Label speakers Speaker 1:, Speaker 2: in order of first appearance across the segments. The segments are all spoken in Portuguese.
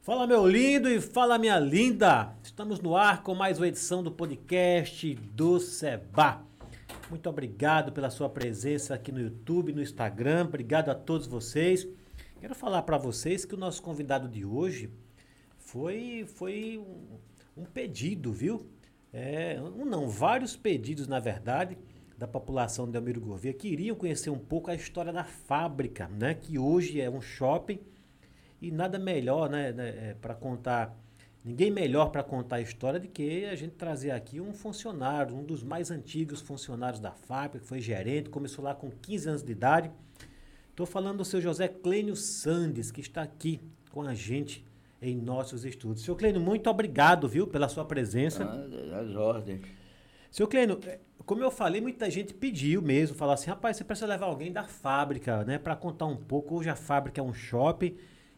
Speaker 1: Fala meu lindo e fala minha linda. Estamos no ar com mais uma edição do podcast do Seba. Muito obrigado pela sua presença aqui no YouTube, no Instagram. Obrigado a todos vocês. Quero falar para vocês que o nosso convidado de hoje foi foi um, um pedido, viu? É, um não, vários pedidos na verdade da população de Almiro Gouveia queriam conhecer um pouco a história da fábrica, né? Que hoje é um shopping e nada melhor, né, para contar, ninguém melhor para contar a história do que a gente trazer aqui um funcionário, um dos mais antigos funcionários da fábrica, que foi gerente, começou lá com 15 anos de idade. Estou falando do seu José Clênio Sandes, que está aqui com a gente em nossos estudos. Seu Clênio, muito obrigado, viu, pela sua presença.
Speaker 2: Ah, As ordens.
Speaker 1: Seu Clênio, eh, como eu falei, muita gente pediu mesmo, falou assim, rapaz, você precisa levar alguém da fábrica, né, para contar um pouco. Hoje a fábrica é um shopping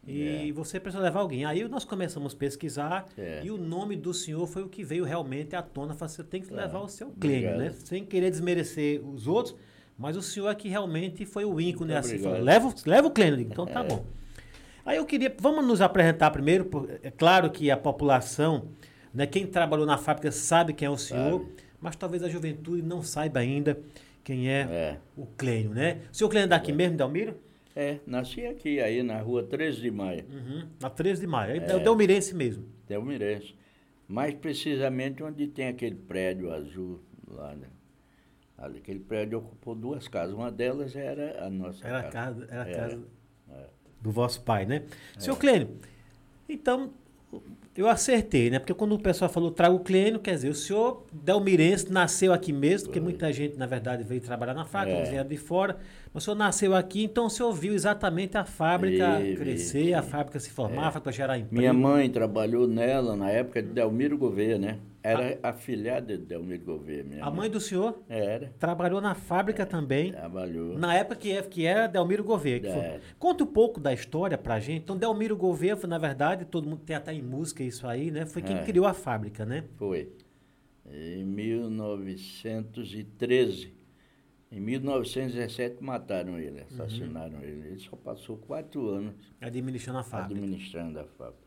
Speaker 1: e você precisa levar alguém. Aí nós começamos a pesquisar
Speaker 2: É.
Speaker 1: e o nome do senhor foi o que veio realmente à tona. Falei, você tem que levar o seu Clênio,
Speaker 2: Obrigado.
Speaker 1: né? Sem querer desmerecer os outros, mas o senhor é que realmente foi o ícone.
Speaker 2: Muito
Speaker 1: Assim,
Speaker 2: obrigado. É.
Speaker 1: falou, leva, o- leva o Clênio. Eu digo, Então tá bom. Aí eu queria, vamos nos apresentar primeiro, por- é claro que a população, né, quem trabalhou na fábrica sabe quem é o senhor, mas talvez a juventude não saiba ainda quem é,
Speaker 2: É.
Speaker 1: o Clênio, né? O senhor Clênio é daqui mesmo, Delmiro?
Speaker 2: É, nasci aqui, aí na rua 13 de maio,
Speaker 1: Uhum, na 13 de maio, é. o Delmirense mesmo.
Speaker 2: Delmirense. Mais precisamente onde tem aquele prédio azul lá, né? Ali, Aquele prédio ocupou duas casas. Uma delas era a nossa
Speaker 1: Era a casa, era a
Speaker 2: Era.
Speaker 1: casa
Speaker 2: É.
Speaker 1: do vosso pai, né? Seu Clênio, então, eu acertei, né? Porque quando o pessoal falou trago o Clênio, quer dizer, o senhor Delmirense nasceu aqui mesmo, porque muita gente, na verdade, veio trabalhar na fábrica,
Speaker 2: É.
Speaker 1: uns vieram de fora, mas o senhor nasceu aqui, então o senhor viu exatamente a fábrica
Speaker 2: Vi, vi,
Speaker 1: crescer, a
Speaker 2: vi. É.
Speaker 1: fábrica se formar, a fábrica gerar emprego.
Speaker 2: Minha mãe trabalhou nela na época de Delmiro Gouveia, né? Era afilhada de Delmiro Gouveia, minha
Speaker 1: Ah. a mãe do senhor
Speaker 2: Era,
Speaker 1: trabalhou na fábrica também.
Speaker 2: trabalhou.
Speaker 1: Na época que, é- que era Delmiro Gouveia. que foi-
Speaker 2: É.
Speaker 1: Conta um pouco da história pra gente. Então, Delmiro Gouveia, foi, na verdade, todo mundo tem até em música isso aí, né? Foi quem
Speaker 2: É.
Speaker 1: criou a fábrica, né?
Speaker 2: Foi. Em 1913. Em 1917 mataram
Speaker 1: Uhum.
Speaker 2: ele, assassinaram ele. Ele só passou quatro anos
Speaker 1: Administrando a fábrica.
Speaker 2: administrando a fábrica.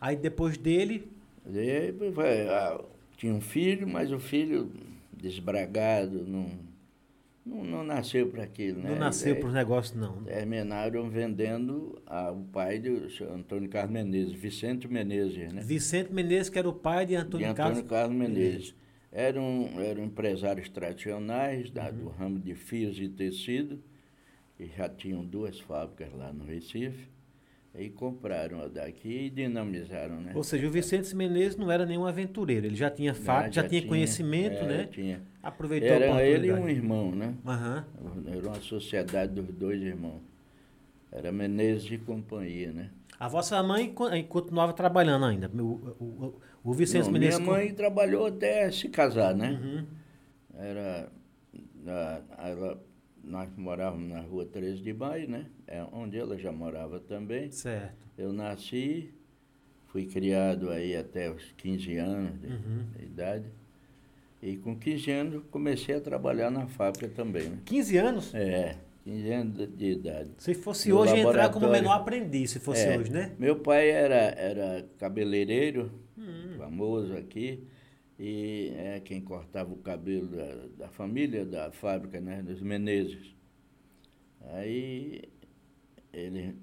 Speaker 1: Aí depois dele,
Speaker 2: E aí, vai, ah, tinha um filho, mas o filho desbragado, não, não, não nasceu para aquilo, né?
Speaker 1: não nasceu
Speaker 2: E daí
Speaker 1: pros negócios, não.
Speaker 2: É, Terminaram vendendo ao pai do senhor Antônio Carlos Menezes, Vicente Menezes, né?
Speaker 1: Vicente Menezes, que era o pai de Antônio,
Speaker 2: de Antônio
Speaker 1: Carlos.
Speaker 2: Carlos Menezes. um, Eram, eram empresários tradicionais da-
Speaker 1: Uhum.
Speaker 2: do ramo de fios e tecido, e já tinham duas fábricas lá no Recife, e compraram a daqui e dinamizaram, né?
Speaker 1: Ou seja, o Vicente Menezes não era nenhum aventureiro. Ele já tinha
Speaker 2: Já-
Speaker 1: fábrica, já, tinha conhecimento,
Speaker 2: é,
Speaker 1: né?
Speaker 2: Tinha.
Speaker 1: Aproveitou a
Speaker 2: Era
Speaker 1: oportunidade.
Speaker 2: ele e um irmão, né?
Speaker 1: Aham.
Speaker 2: Era uma sociedade dos dois irmãos. Era Menezes e companhia, né?
Speaker 1: A vossa mãe co- eh, continuava trabalhando ainda. O, o- o- o Vicente
Speaker 2: Não,
Speaker 1: Menezes...
Speaker 2: minha mãe trabalhou até se casar, né?
Speaker 1: Uhum.
Speaker 2: Era, na- ela- nós morávamos na rua 13 de Maio, né? É onde ela já morava também.
Speaker 1: Certo.
Speaker 2: Eu nasci, fui criado aí até os 15 anos de,
Speaker 1: Uhum.
Speaker 2: de idade. E com 15 anos comecei a trabalhar na fábrica também, né?
Speaker 1: 15 anos?
Speaker 2: É, 15 anos de, de idade.
Speaker 1: Se fosse
Speaker 2: No
Speaker 1: hoje, ia entrar como
Speaker 2: laboratório.
Speaker 1: menor aprendiz, se fosse
Speaker 2: É,
Speaker 1: hoje, né?
Speaker 2: Meu pai era, era cabeleireiro,
Speaker 1: Hum.
Speaker 2: famoso aqui, e é quem cortava o cabelo da, da família, da fábrica, né, dos Menezes. Aí ele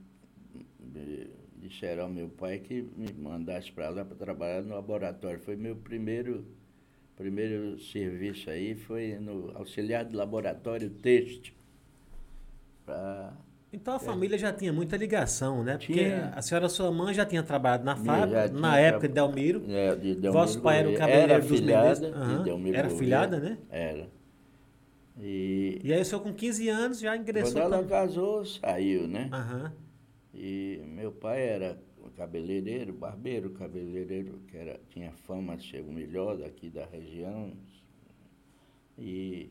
Speaker 2: eh, disseram ao meu pai que me mandasse para lá para trabalhar no laboratório. Foi meu primeiro, primeiro serviço aí, foi no auxiliar de laboratório têxtil. Pra
Speaker 1: Então a família já tinha muita ligação, né? Porque
Speaker 2: É. Tinha.
Speaker 1: a senhora, sua mãe, já tinha trabalhado na
Speaker 2: Já
Speaker 1: fábrica,
Speaker 2: tinha
Speaker 1: na época
Speaker 2: traba-
Speaker 1: de Delmiro.
Speaker 2: É, de Delmiro
Speaker 1: Vosso pai era o
Speaker 2: Gouveia.
Speaker 1: cabeleireiro
Speaker 2: Era
Speaker 1: dos
Speaker 2: afilhada
Speaker 1: Menezes.
Speaker 2: de
Speaker 1: Aham.
Speaker 2: Delmiro
Speaker 1: Era
Speaker 2: Gouveia.
Speaker 1: afilhada, né?
Speaker 2: Era. E
Speaker 1: E é né? aí o senhor, com 15 anos, já
Speaker 2: quando
Speaker 1: ingressou
Speaker 2: ela
Speaker 1: pra-
Speaker 2: casou, saiu, né?
Speaker 1: Aham.
Speaker 2: E meu pai era cabeleireiro, barbeiro, cabeleireiro, que era, tinha fama de ser o melhor daqui da região. E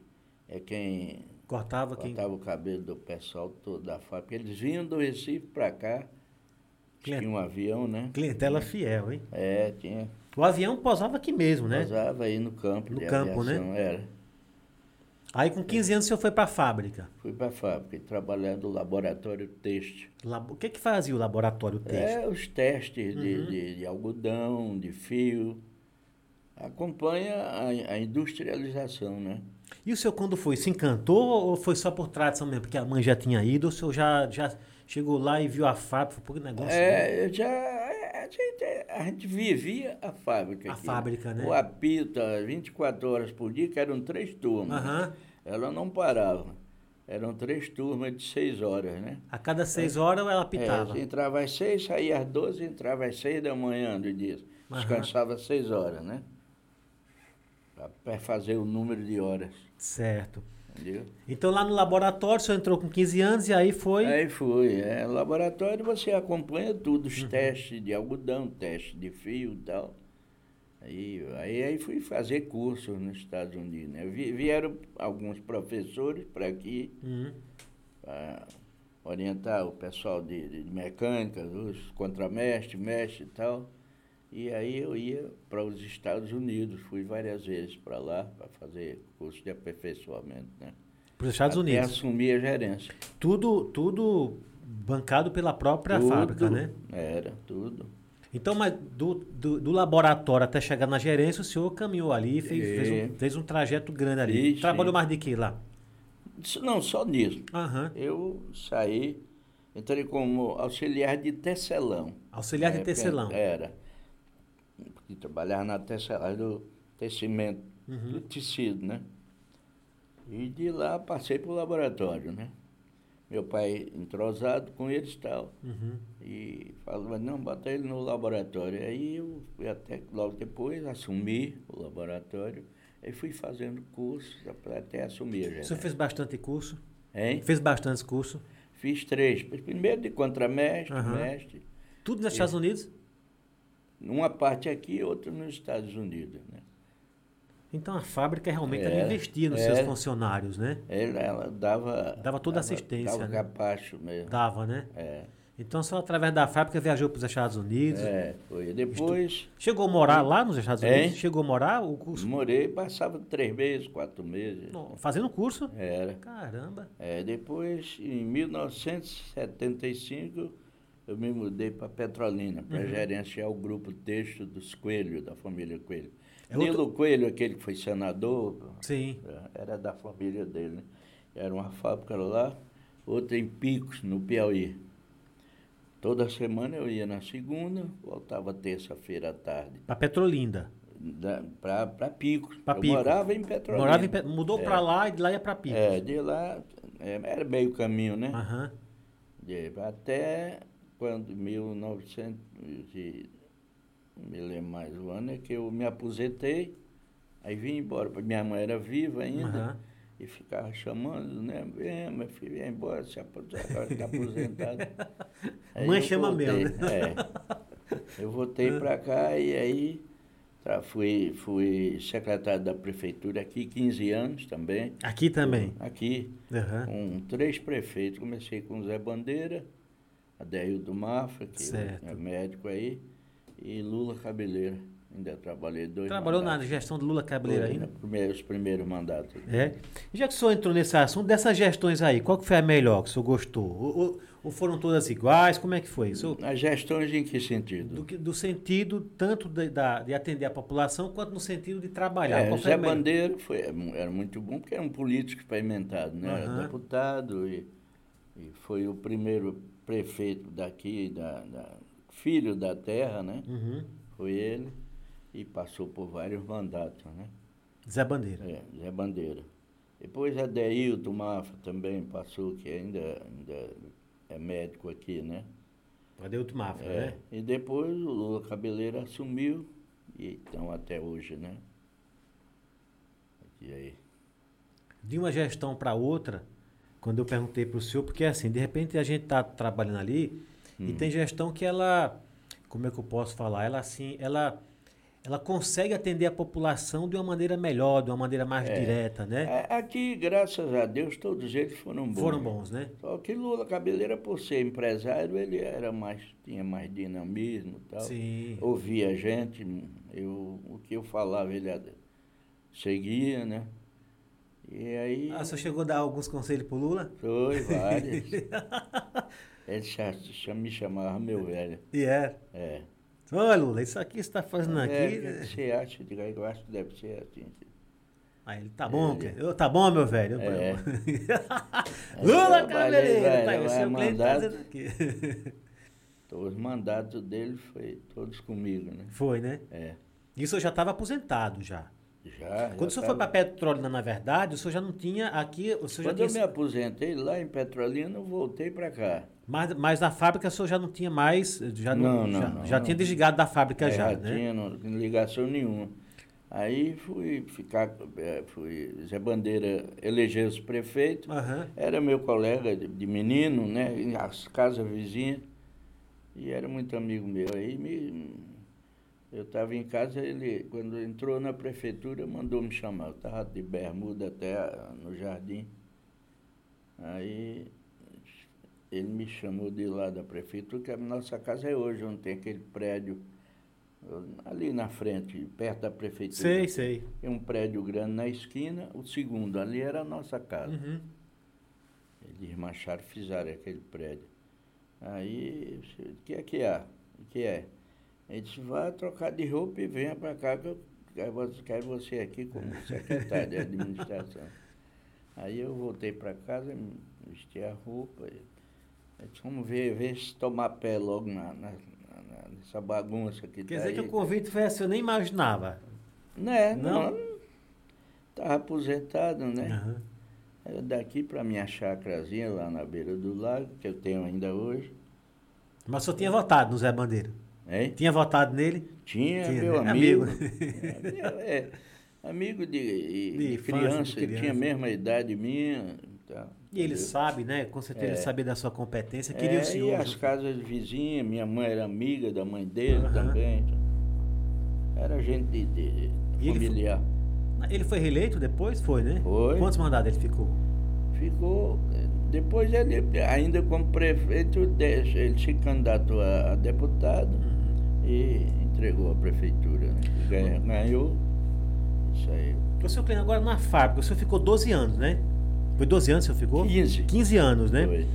Speaker 2: é quem
Speaker 1: Cortava quem.
Speaker 2: cortava o cabelo do pessoal todo da fábrica. Eles vinham do Recife para cá,
Speaker 1: Cliente-
Speaker 2: tinha um avião, né?
Speaker 1: Clientela fiel, hein?
Speaker 2: É, tinha.
Speaker 1: O avião posava aqui mesmo, né?
Speaker 2: Posava aí no campo
Speaker 1: No
Speaker 2: de
Speaker 1: campo, né?
Speaker 2: aviação, era.
Speaker 1: Aí com
Speaker 2: É.
Speaker 1: 15 anos o senhor foi para a fábrica.
Speaker 2: Fui para a fábrica e trabalhar no laboratório têxtil.
Speaker 1: Labo- O que que fazia o laboratório têxtil? Uhum.
Speaker 2: É, os testes de, de- de algodão, de fio. Acompanha a, a industrialização, né?
Speaker 1: E o senhor quando foi, se encantou ou foi só por tradição mesmo? Porque a mãe já tinha ido, ou o senhor já, já chegou lá e viu a fábrica, foi que negócio. né?
Speaker 2: É, eu já, a, gente, a gente vivia a fábrica.
Speaker 1: A
Speaker 2: aqui,
Speaker 1: fábrica, né?
Speaker 2: O apito, às 24 horas por dia, que eram três turmas.
Speaker 1: Aham.
Speaker 2: Ela não parava. Eram três turmas de seis horas, né?
Speaker 1: A cada seis horas ela pitava.
Speaker 2: É, entrava às seis, saía às doze, entrava às seis da manhã do dia.
Speaker 1: Aham.
Speaker 2: Descansava às seis horas, né? Para fazer o número de horas,
Speaker 1: Certo.
Speaker 2: entendeu?
Speaker 1: Então lá no laboratório o senhor entrou com 15 anos e aí foi.
Speaker 2: Aí fui. É, laboratório você acompanha tudo, os testes de algodão, teste de fio e tal. Aí, aí, aí fui fazer cursos nos Estados Unidos, né? Vi- Vieram alguns professores para aqui,
Speaker 1: Hum.
Speaker 2: para orientar o pessoal de, de mecânica, os contramestre, mestre e tal. E aí eu ia para os Estados Unidos, fui várias vezes para lá para fazer curso de aperfeiçoamento, né?
Speaker 1: Para os Estados
Speaker 2: Até
Speaker 1: Unidos.
Speaker 2: assumir a gerência.
Speaker 1: Tudo, tudo bancado pela própria
Speaker 2: Tudo,
Speaker 1: fábrica, né?
Speaker 2: Era, tudo.
Speaker 1: Então, mas do, do, do laboratório até chegar na gerência, o senhor caminhou ali e fez,
Speaker 2: É.
Speaker 1: fez um, fez um trajeto grande ali.
Speaker 2: Sim,
Speaker 1: Trabalhou
Speaker 2: sim.
Speaker 1: mais de que lá?
Speaker 2: Isso- Não, só nisso.
Speaker 1: Aham.
Speaker 2: Eu saí, entrei como auxiliar de tecelão.
Speaker 1: Auxiliar de
Speaker 2: Na época
Speaker 1: tecelão.
Speaker 2: Era. Porque trabalhava na tecelagem do tecimento,
Speaker 1: Uhum.
Speaker 2: do tecido, né? E de lá passei para o laboratório, né? Meu pai entrosado com eles e tal.
Speaker 1: Uhum.
Speaker 2: E falava, não, bota ele no laboratório. Aí eu fui até logo depois assumi o laboratório. Aí fui fazendo curso pra- até assumir a
Speaker 1: O senhor
Speaker 2: gerência.
Speaker 1: fez bastante curso?
Speaker 2: Hein?
Speaker 1: Fez bastante curso.
Speaker 2: Fiz três. Primeiro de contramestre,
Speaker 1: Aham.
Speaker 2: mestre.
Speaker 1: Tudo nos
Speaker 2: É.
Speaker 1: Estados Unidos?
Speaker 2: Uma parte aqui e outra nos Estados Unidos, né?
Speaker 1: Então a fábrica realmente ela
Speaker 2: É,
Speaker 1: investia nos
Speaker 2: é.
Speaker 1: seus funcionários, né?
Speaker 2: Ela, ela dava...
Speaker 1: Dava toda assistência,
Speaker 2: Dava
Speaker 1: né?
Speaker 2: capacho mesmo.
Speaker 1: Dava, né?
Speaker 2: É,
Speaker 1: Então só através da fábrica viajou para os Estados Unidos.
Speaker 2: é, foi. Depois
Speaker 1: Chegou a morar lá nos Estados
Speaker 2: Hein?
Speaker 1: Unidos? Chegou a morar o curso?
Speaker 2: morei, passava três meses, quatro meses.
Speaker 1: No- Fazendo curso?
Speaker 2: Era.
Speaker 1: Caramba.
Speaker 2: É, depois, em 1975, eu me mudei para Petrolina,
Speaker 1: Uhum.
Speaker 2: para gerenciar o grupo Texto dos Coelho, da família Coelho.
Speaker 1: É outro-
Speaker 2: Nilo Coelho, aquele que foi senador,
Speaker 1: Sim.
Speaker 2: Era da família dele, né? Era uma fábrica lá, outra em Picos, no Piauí. Toda semana eu ia na segunda, voltava terça-feira à tarde
Speaker 1: Para Petrolinda.
Speaker 2: para Picos.
Speaker 1: Pra
Speaker 2: eu
Speaker 1: Picos.
Speaker 2: morava em Petrolina.
Speaker 1: Morava em Pe- mudou
Speaker 2: É,
Speaker 1: pra lá e de lá ia pra Picos. Ah.
Speaker 2: É, de lá, é, era meio caminho, né?
Speaker 1: Aham.
Speaker 2: De- até quando, 1900, e- não me lembro mais o ano, é que eu me aposentei, aí vim embora. Minha mãe era viva ainda.
Speaker 1: aham.
Speaker 2: E ficava chamando, né? Vem, meu filho, vem embora, se aposenta, agora está aposentado.
Speaker 1: Mãe
Speaker 2: eu
Speaker 1: chama
Speaker 2: voltei,
Speaker 1: mesmo, né?
Speaker 2: É. Eu voltei para cá e aí tá, fui, fui secretário da prefeitura aqui, 15 anos também.
Speaker 1: Aqui também. Né?
Speaker 2: Aqui,
Speaker 1: Aham.
Speaker 2: com três prefeitos. Comecei com o Zé Bandeira, Adeildo Mafra, que
Speaker 1: Certo.
Speaker 2: é médico aí, e Lula Cabeleira. Ainda trabalhei dois
Speaker 1: Trabalhou na
Speaker 2: mandatos.
Speaker 1: gestão do Lula Cabeleira
Speaker 2: Foi, né,
Speaker 1: ainda?
Speaker 2: primeiro- Os primeiros mandatos.
Speaker 1: É. E Já que o senhor entrou nesse assunto, dessas gestões aí, qual que foi a melhor que o senhor gostou? Ou, ou- ou foram todas iguais? Como é que foi? O senhor-
Speaker 2: As gestões em que sentido?
Speaker 1: do, que- do sentido tanto de, da- de atender a população, quanto no sentido de trabalhar.
Speaker 2: É,
Speaker 1: Qual foi a
Speaker 2: Zé
Speaker 1: melhor?
Speaker 2: Bandeira foi, é era muito bom, porque era um político experimentado, né?
Speaker 1: Aham.
Speaker 2: Era deputado e, e foi o primeiro prefeito daqui, da, da- filho da terra, né?
Speaker 1: Uhum.
Speaker 2: Foi ele e passou por vários mandatos, né?
Speaker 1: Zé Bandeira.
Speaker 2: É, Zé Bandeira. Depois Adeildo Mafra também passou, que ainda, ainda é médico aqui, né?
Speaker 1: Adeilto Mafra,
Speaker 2: É,
Speaker 1: né?
Speaker 2: E depois o Lula Cabeleira assumiu, e então até hoje, né? E aí?
Speaker 1: de uma gestão para outra, quando eu perguntei para o senhor, porque assim, de repente a gente está trabalhando ali
Speaker 2: Hum.
Speaker 1: e tem gestão que ela, como é que eu posso falar? Ela assim, ela, ela consegue atender a população de uma maneira melhor, de uma maneira mais
Speaker 2: É.
Speaker 1: direta, né?
Speaker 2: A- Aqui, graças a Deus, todos eles foram bons.
Speaker 1: Foram bons, né?
Speaker 2: Só que Lula Cabeleira, por ser empresário, ele era mais, tinha mais dinamismo e tal.
Speaker 1: Sim.
Speaker 2: Ouvia a gente, eu, o que eu falava ele ad- seguia, né? E aí.
Speaker 1: Ah, o senhor chegou a dar alguns conselhos pro Lula?
Speaker 2: Foi, várias. Ele cha- cha- me chamava meu velho.
Speaker 1: E é.
Speaker 2: É.
Speaker 1: Ô, Lula, isso aqui que você tá fazendo aqui.
Speaker 2: É, o que
Speaker 1: né?
Speaker 2: você acha? Eu digo, Eu acho que deve ser assim.
Speaker 1: Aí ele tá bom,
Speaker 2: Ele-
Speaker 1: cara. Ô, tá bom, meu velho. Eu-
Speaker 2: É.
Speaker 1: Lula
Speaker 2: Eu trabalhei,
Speaker 1: Cabeleiro,
Speaker 2: velho, é
Speaker 1: tá aí, o
Speaker 2: vai
Speaker 1: seu cliente tá
Speaker 2: mandar-
Speaker 1: dizendo aqui.
Speaker 2: Então, os mandatos dele foi todos comigo, né?
Speaker 1: Foi, né?
Speaker 2: É.
Speaker 1: Isso eu já estava aposentado já.
Speaker 2: Já.
Speaker 1: Quando o senhor foi para Petrolina, na verdade, o senhor já não tinha aqui. O senhor já
Speaker 2: Quando eu me
Speaker 1: tinha,
Speaker 2: aposentei lá em Petrolina, eu voltei para cá.
Speaker 1: mas, mas na fábrica o senhor já não tinha mais. Já não,
Speaker 2: Não, não,
Speaker 1: já,
Speaker 2: não,
Speaker 1: já
Speaker 2: não.
Speaker 1: tinha desligado da fábrica
Speaker 2: É,
Speaker 1: já, né?
Speaker 2: tinha, não, não ligação nenhuma. Aí fui ficar, eh, fui, Zé Bandeira elegeu os prefeitos,
Speaker 1: Aham.
Speaker 2: era meu colega de, de menino, né, em as casas vizinhas, e era muito amigo meu. Aí me, eu estava em casa, ele, quando entrou na prefeitura, mandou me chamar. Eu estava de bermuda até a- no jardim. Aí ele me chamou de lá da prefeitura, que a nossa casa é hoje, onde tem aquele prédio eh, ali na frente, perto da prefeitura.
Speaker 1: Sei, sei.
Speaker 2: É um prédio grande na esquina, o segundo ali era a nossa casa.
Speaker 1: Uhum.
Speaker 2: Eles macharam, fizeram aquele prédio. Aí, eu disse, o que é que há? O que é? Ele disse, vá trocar de roupa e venha para cá, que eu quero você- quero você aqui como secretário de administração. Aí eu voltei para casa, me vesti a roupa. e- Ele disse, vamos ver, ver se tomar pé logo na, na- na- na- nessa bagunça que
Speaker 1: Quer
Speaker 2: tá
Speaker 1: dizer que
Speaker 2: aí.
Speaker 1: o convite foi assim, eu nem imaginava.
Speaker 2: Né,
Speaker 1: Não?
Speaker 2: não. Estava aposentado, né?
Speaker 1: Aham.
Speaker 2: Era daqui para minha chacrazinha lá na beira do lago, que eu tenho ainda hoje.
Speaker 1: Mas o senhor tinha votado no Zé Bandeira.
Speaker 2: Hein?
Speaker 1: Tinha votado nele?
Speaker 2: Tinha,
Speaker 1: Tinha,
Speaker 2: meu
Speaker 1: né?
Speaker 2: amigo.
Speaker 1: Amigo.
Speaker 2: É, é, amigo de, de
Speaker 1: De infância,
Speaker 2: criança,
Speaker 1: de
Speaker 2: ele
Speaker 1: criança.
Speaker 2: tinha a mesma idade minha. Então,
Speaker 1: E ele
Speaker 2: entendeu?
Speaker 1: sabe, né? Com certeza ele
Speaker 2: É.
Speaker 1: sabia da sua competência. Queria o
Speaker 2: É,
Speaker 1: senhor.
Speaker 2: E as
Speaker 1: junto.
Speaker 2: casas vizinhas, minha mãe era amiga da mãe dele
Speaker 1: Aham.
Speaker 2: também. então, Era gente de, de-
Speaker 1: E ele foi-
Speaker 2: familiar.
Speaker 1: Ele foi reeleito depois? Foi, né?
Speaker 2: Foi.
Speaker 1: Quantos mandados ele ficou?
Speaker 2: Ficou. eh, Depois ele, ainda como prefeito, des- ele se candidatou a, a deputado e entregou a prefeitura. Né? Ganha- Ganhou. Isso aí.
Speaker 1: O senhor Cleino, agora na fábrica, o senhor ficou 12 anos, né? Foi 12 anos que o senhor ficou?
Speaker 2: 15.
Speaker 1: 15 anos, né?
Speaker 2: Foi.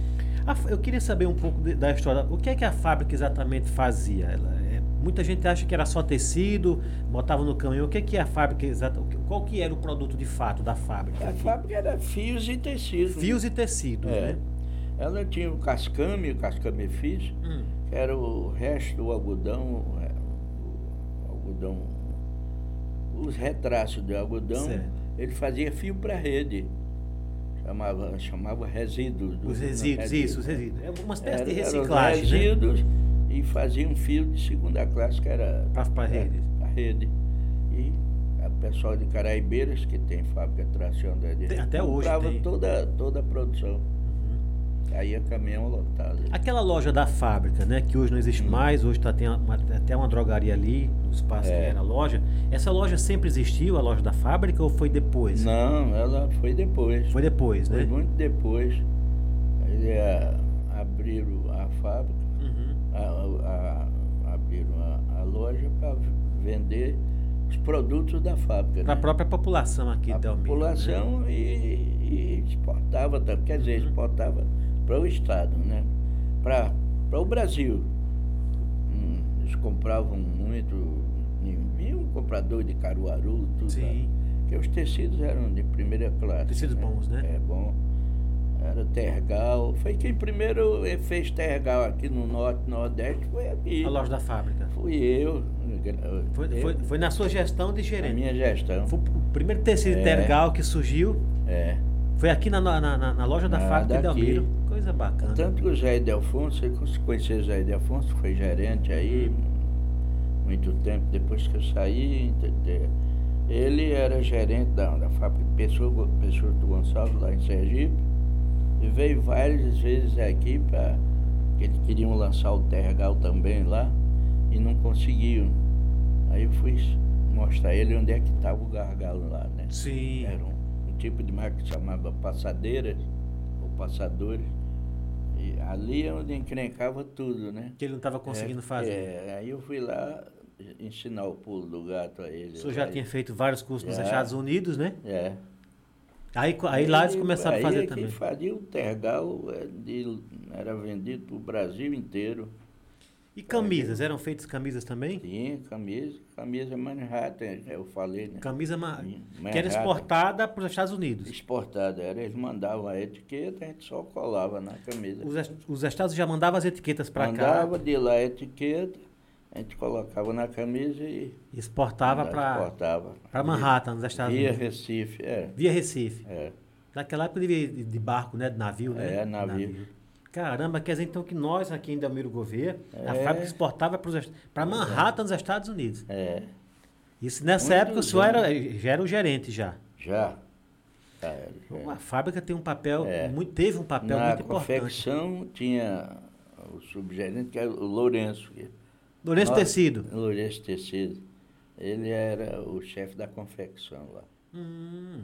Speaker 1: A f- eu queria saber um pouco de- da história. O que é que a fábrica exatamente fazia? Ela, é, muita gente acha que era só tecido, botava no caminhão. O que é que a fábrica exatamente... Qual que era o produto de fato da fábrica?
Speaker 2: A
Speaker 1: aqui?
Speaker 2: fábrica era fios e tecidos.
Speaker 1: Fios e tecidos,
Speaker 2: É.
Speaker 1: né?
Speaker 2: Ela tinha o cascame, o cascame fios,
Speaker 1: Hum.
Speaker 2: que era o resto do algodão, é, o algodão, os retraços do algodão,
Speaker 1: Certo.
Speaker 2: ele fazia fio para rede. Chamava, chamava resíduos. do-
Speaker 1: Os resíduos,
Speaker 2: resíduo.
Speaker 1: isso, os resíduos. É uma espécie de
Speaker 2: Era- eram os
Speaker 1: reciclagem, né?
Speaker 2: resíduos e fazia um fio de segunda classe, que era
Speaker 1: Pra- pra
Speaker 2: era
Speaker 1: rede.
Speaker 2: A rede. E a pessoal de Caraibeiras, que tem fábrica de tração da
Speaker 1: Tem- até hoje
Speaker 2: comprava
Speaker 1: tem.
Speaker 2: toda, toda a produção. Aí é caminhão lotado.
Speaker 1: Aquela loja da fábrica, né? Que hoje não existe
Speaker 2: Hum.
Speaker 1: mais, hoje tá, tem uma- até uma drogaria ali, no espaço que
Speaker 2: É.
Speaker 1: era a loja. Essa loja sempre existiu, a loja da fábrica, ou foi depois?
Speaker 2: Não, ela foi depois.
Speaker 1: Foi depois,
Speaker 2: Foi
Speaker 1: né?
Speaker 2: muito depois. Eles abriram a fábrica,
Speaker 1: Uhum.
Speaker 2: a, a- a- abriram a, a loja para vender os produtos da fábrica.
Speaker 1: Para a
Speaker 2: né?
Speaker 1: própria população aqui né?
Speaker 2: a
Speaker 1: da Almira.
Speaker 2: população e, e exportava também, quer dizer, exportava para o Estado, né? Para o Brasil. Hum, eles compravam muito, vinha um comprador de Caruaru, tudo.
Speaker 1: Sim.
Speaker 2: Porque os tecidos eram de primeira classe.
Speaker 1: Tecidos bons, né?
Speaker 2: É bom. Era Tergal. Foi quem primeiro eh, fez Tergal aqui no Norte, Nordeste, foi aqui.
Speaker 1: A loja da fábrica.
Speaker 2: Fui eu.
Speaker 1: Foi,
Speaker 2: eu,
Speaker 1: foi, foi na sua gestão de
Speaker 2: na
Speaker 1: gerente.
Speaker 2: É. minha gestão.
Speaker 1: Foi o primeiro tecido
Speaker 2: É.
Speaker 1: intergal que surgiu.
Speaker 2: É.
Speaker 1: Foi aqui na, na, na- na loja da
Speaker 2: Na-
Speaker 1: fábrica de
Speaker 2: Ah, daqui. Então,
Speaker 1: Almiro. Coisa bacana.
Speaker 2: Tanto que o Zé Delfonso, eu cons- conheci o Zé Delfonso, foi gerente aí muito tempo depois que eu saí. ente- de- Ele era gerente da, da fábrica de Pessoa, Go- Pessoa do Gonçalves, lá em Sergipe, e veio várias vezes aqui para. que eles queriam lançar o Tergal também lá e não conseguiam. Aí eu fui mostrar ele onde é que estava o gargalo lá, né?
Speaker 1: Sim.
Speaker 2: Era um, um tipo de máquina que chamava passadeiras ou passadores. E ali é onde encrencava tudo, né?
Speaker 1: Que ele não estava conseguindo
Speaker 2: É,
Speaker 1: fazer.
Speaker 2: é, aí eu fui lá ensinar o pulo do gato a ele.
Speaker 1: O senhor já
Speaker 2: Aí-
Speaker 1: tinha feito vários cursos nos
Speaker 2: Já.
Speaker 1: Estados Unidos, né?
Speaker 2: É.
Speaker 1: Aí, aí lá eles começaram a fazer
Speaker 2: aí é
Speaker 1: também.
Speaker 2: Quem fazia o tergal é, de- era vendido para o Brasil inteiro.
Speaker 1: E camisas? Eram feitas camisas também?
Speaker 2: Tinha camisa, camisa Manhattan, eu falei, né?
Speaker 1: Camisa ma-
Speaker 2: Sim,
Speaker 1: ah, que era
Speaker 2: Manhattan.
Speaker 1: exportada para os Estados Unidos.
Speaker 2: Exportada era, eles mandavam a etiqueta, a gente só colava na camisa.
Speaker 1: Os, es- os Estados já mandavam as etiquetas para cá,
Speaker 2: Mandava de lá a etiqueta, a gente colocava na camisa e
Speaker 1: e exportava para
Speaker 2: exportava.
Speaker 1: para Manhattan, nos Estados
Speaker 2: Via
Speaker 1: Unidos.
Speaker 2: Recife, é.
Speaker 1: Via Recife.
Speaker 2: é.
Speaker 1: Naquela época de, de barco, né? De navio, né?
Speaker 2: É, navio.
Speaker 1: Caramba, quer dizer então que nós aqui em Delmiro Gouveia, a
Speaker 2: É.
Speaker 1: fábrica exportava para Manhattan, nos Estados Unidos.
Speaker 2: É,
Speaker 1: Isso nessa
Speaker 2: Muitos
Speaker 1: época o senhor era, já era o gerente já.
Speaker 2: já. Já era, já era.
Speaker 1: A fábrica tem um papel,
Speaker 2: É.
Speaker 1: muito, teve um papel
Speaker 2: Na
Speaker 1: muito importante.
Speaker 2: confecção tinha o subgerente, que era o Lourenço. que-
Speaker 1: Lourenço
Speaker 2: Nós-
Speaker 1: Tecido.
Speaker 2: Lourenço Tecido. Ele era o chefe da confecção lá.
Speaker 1: Hum.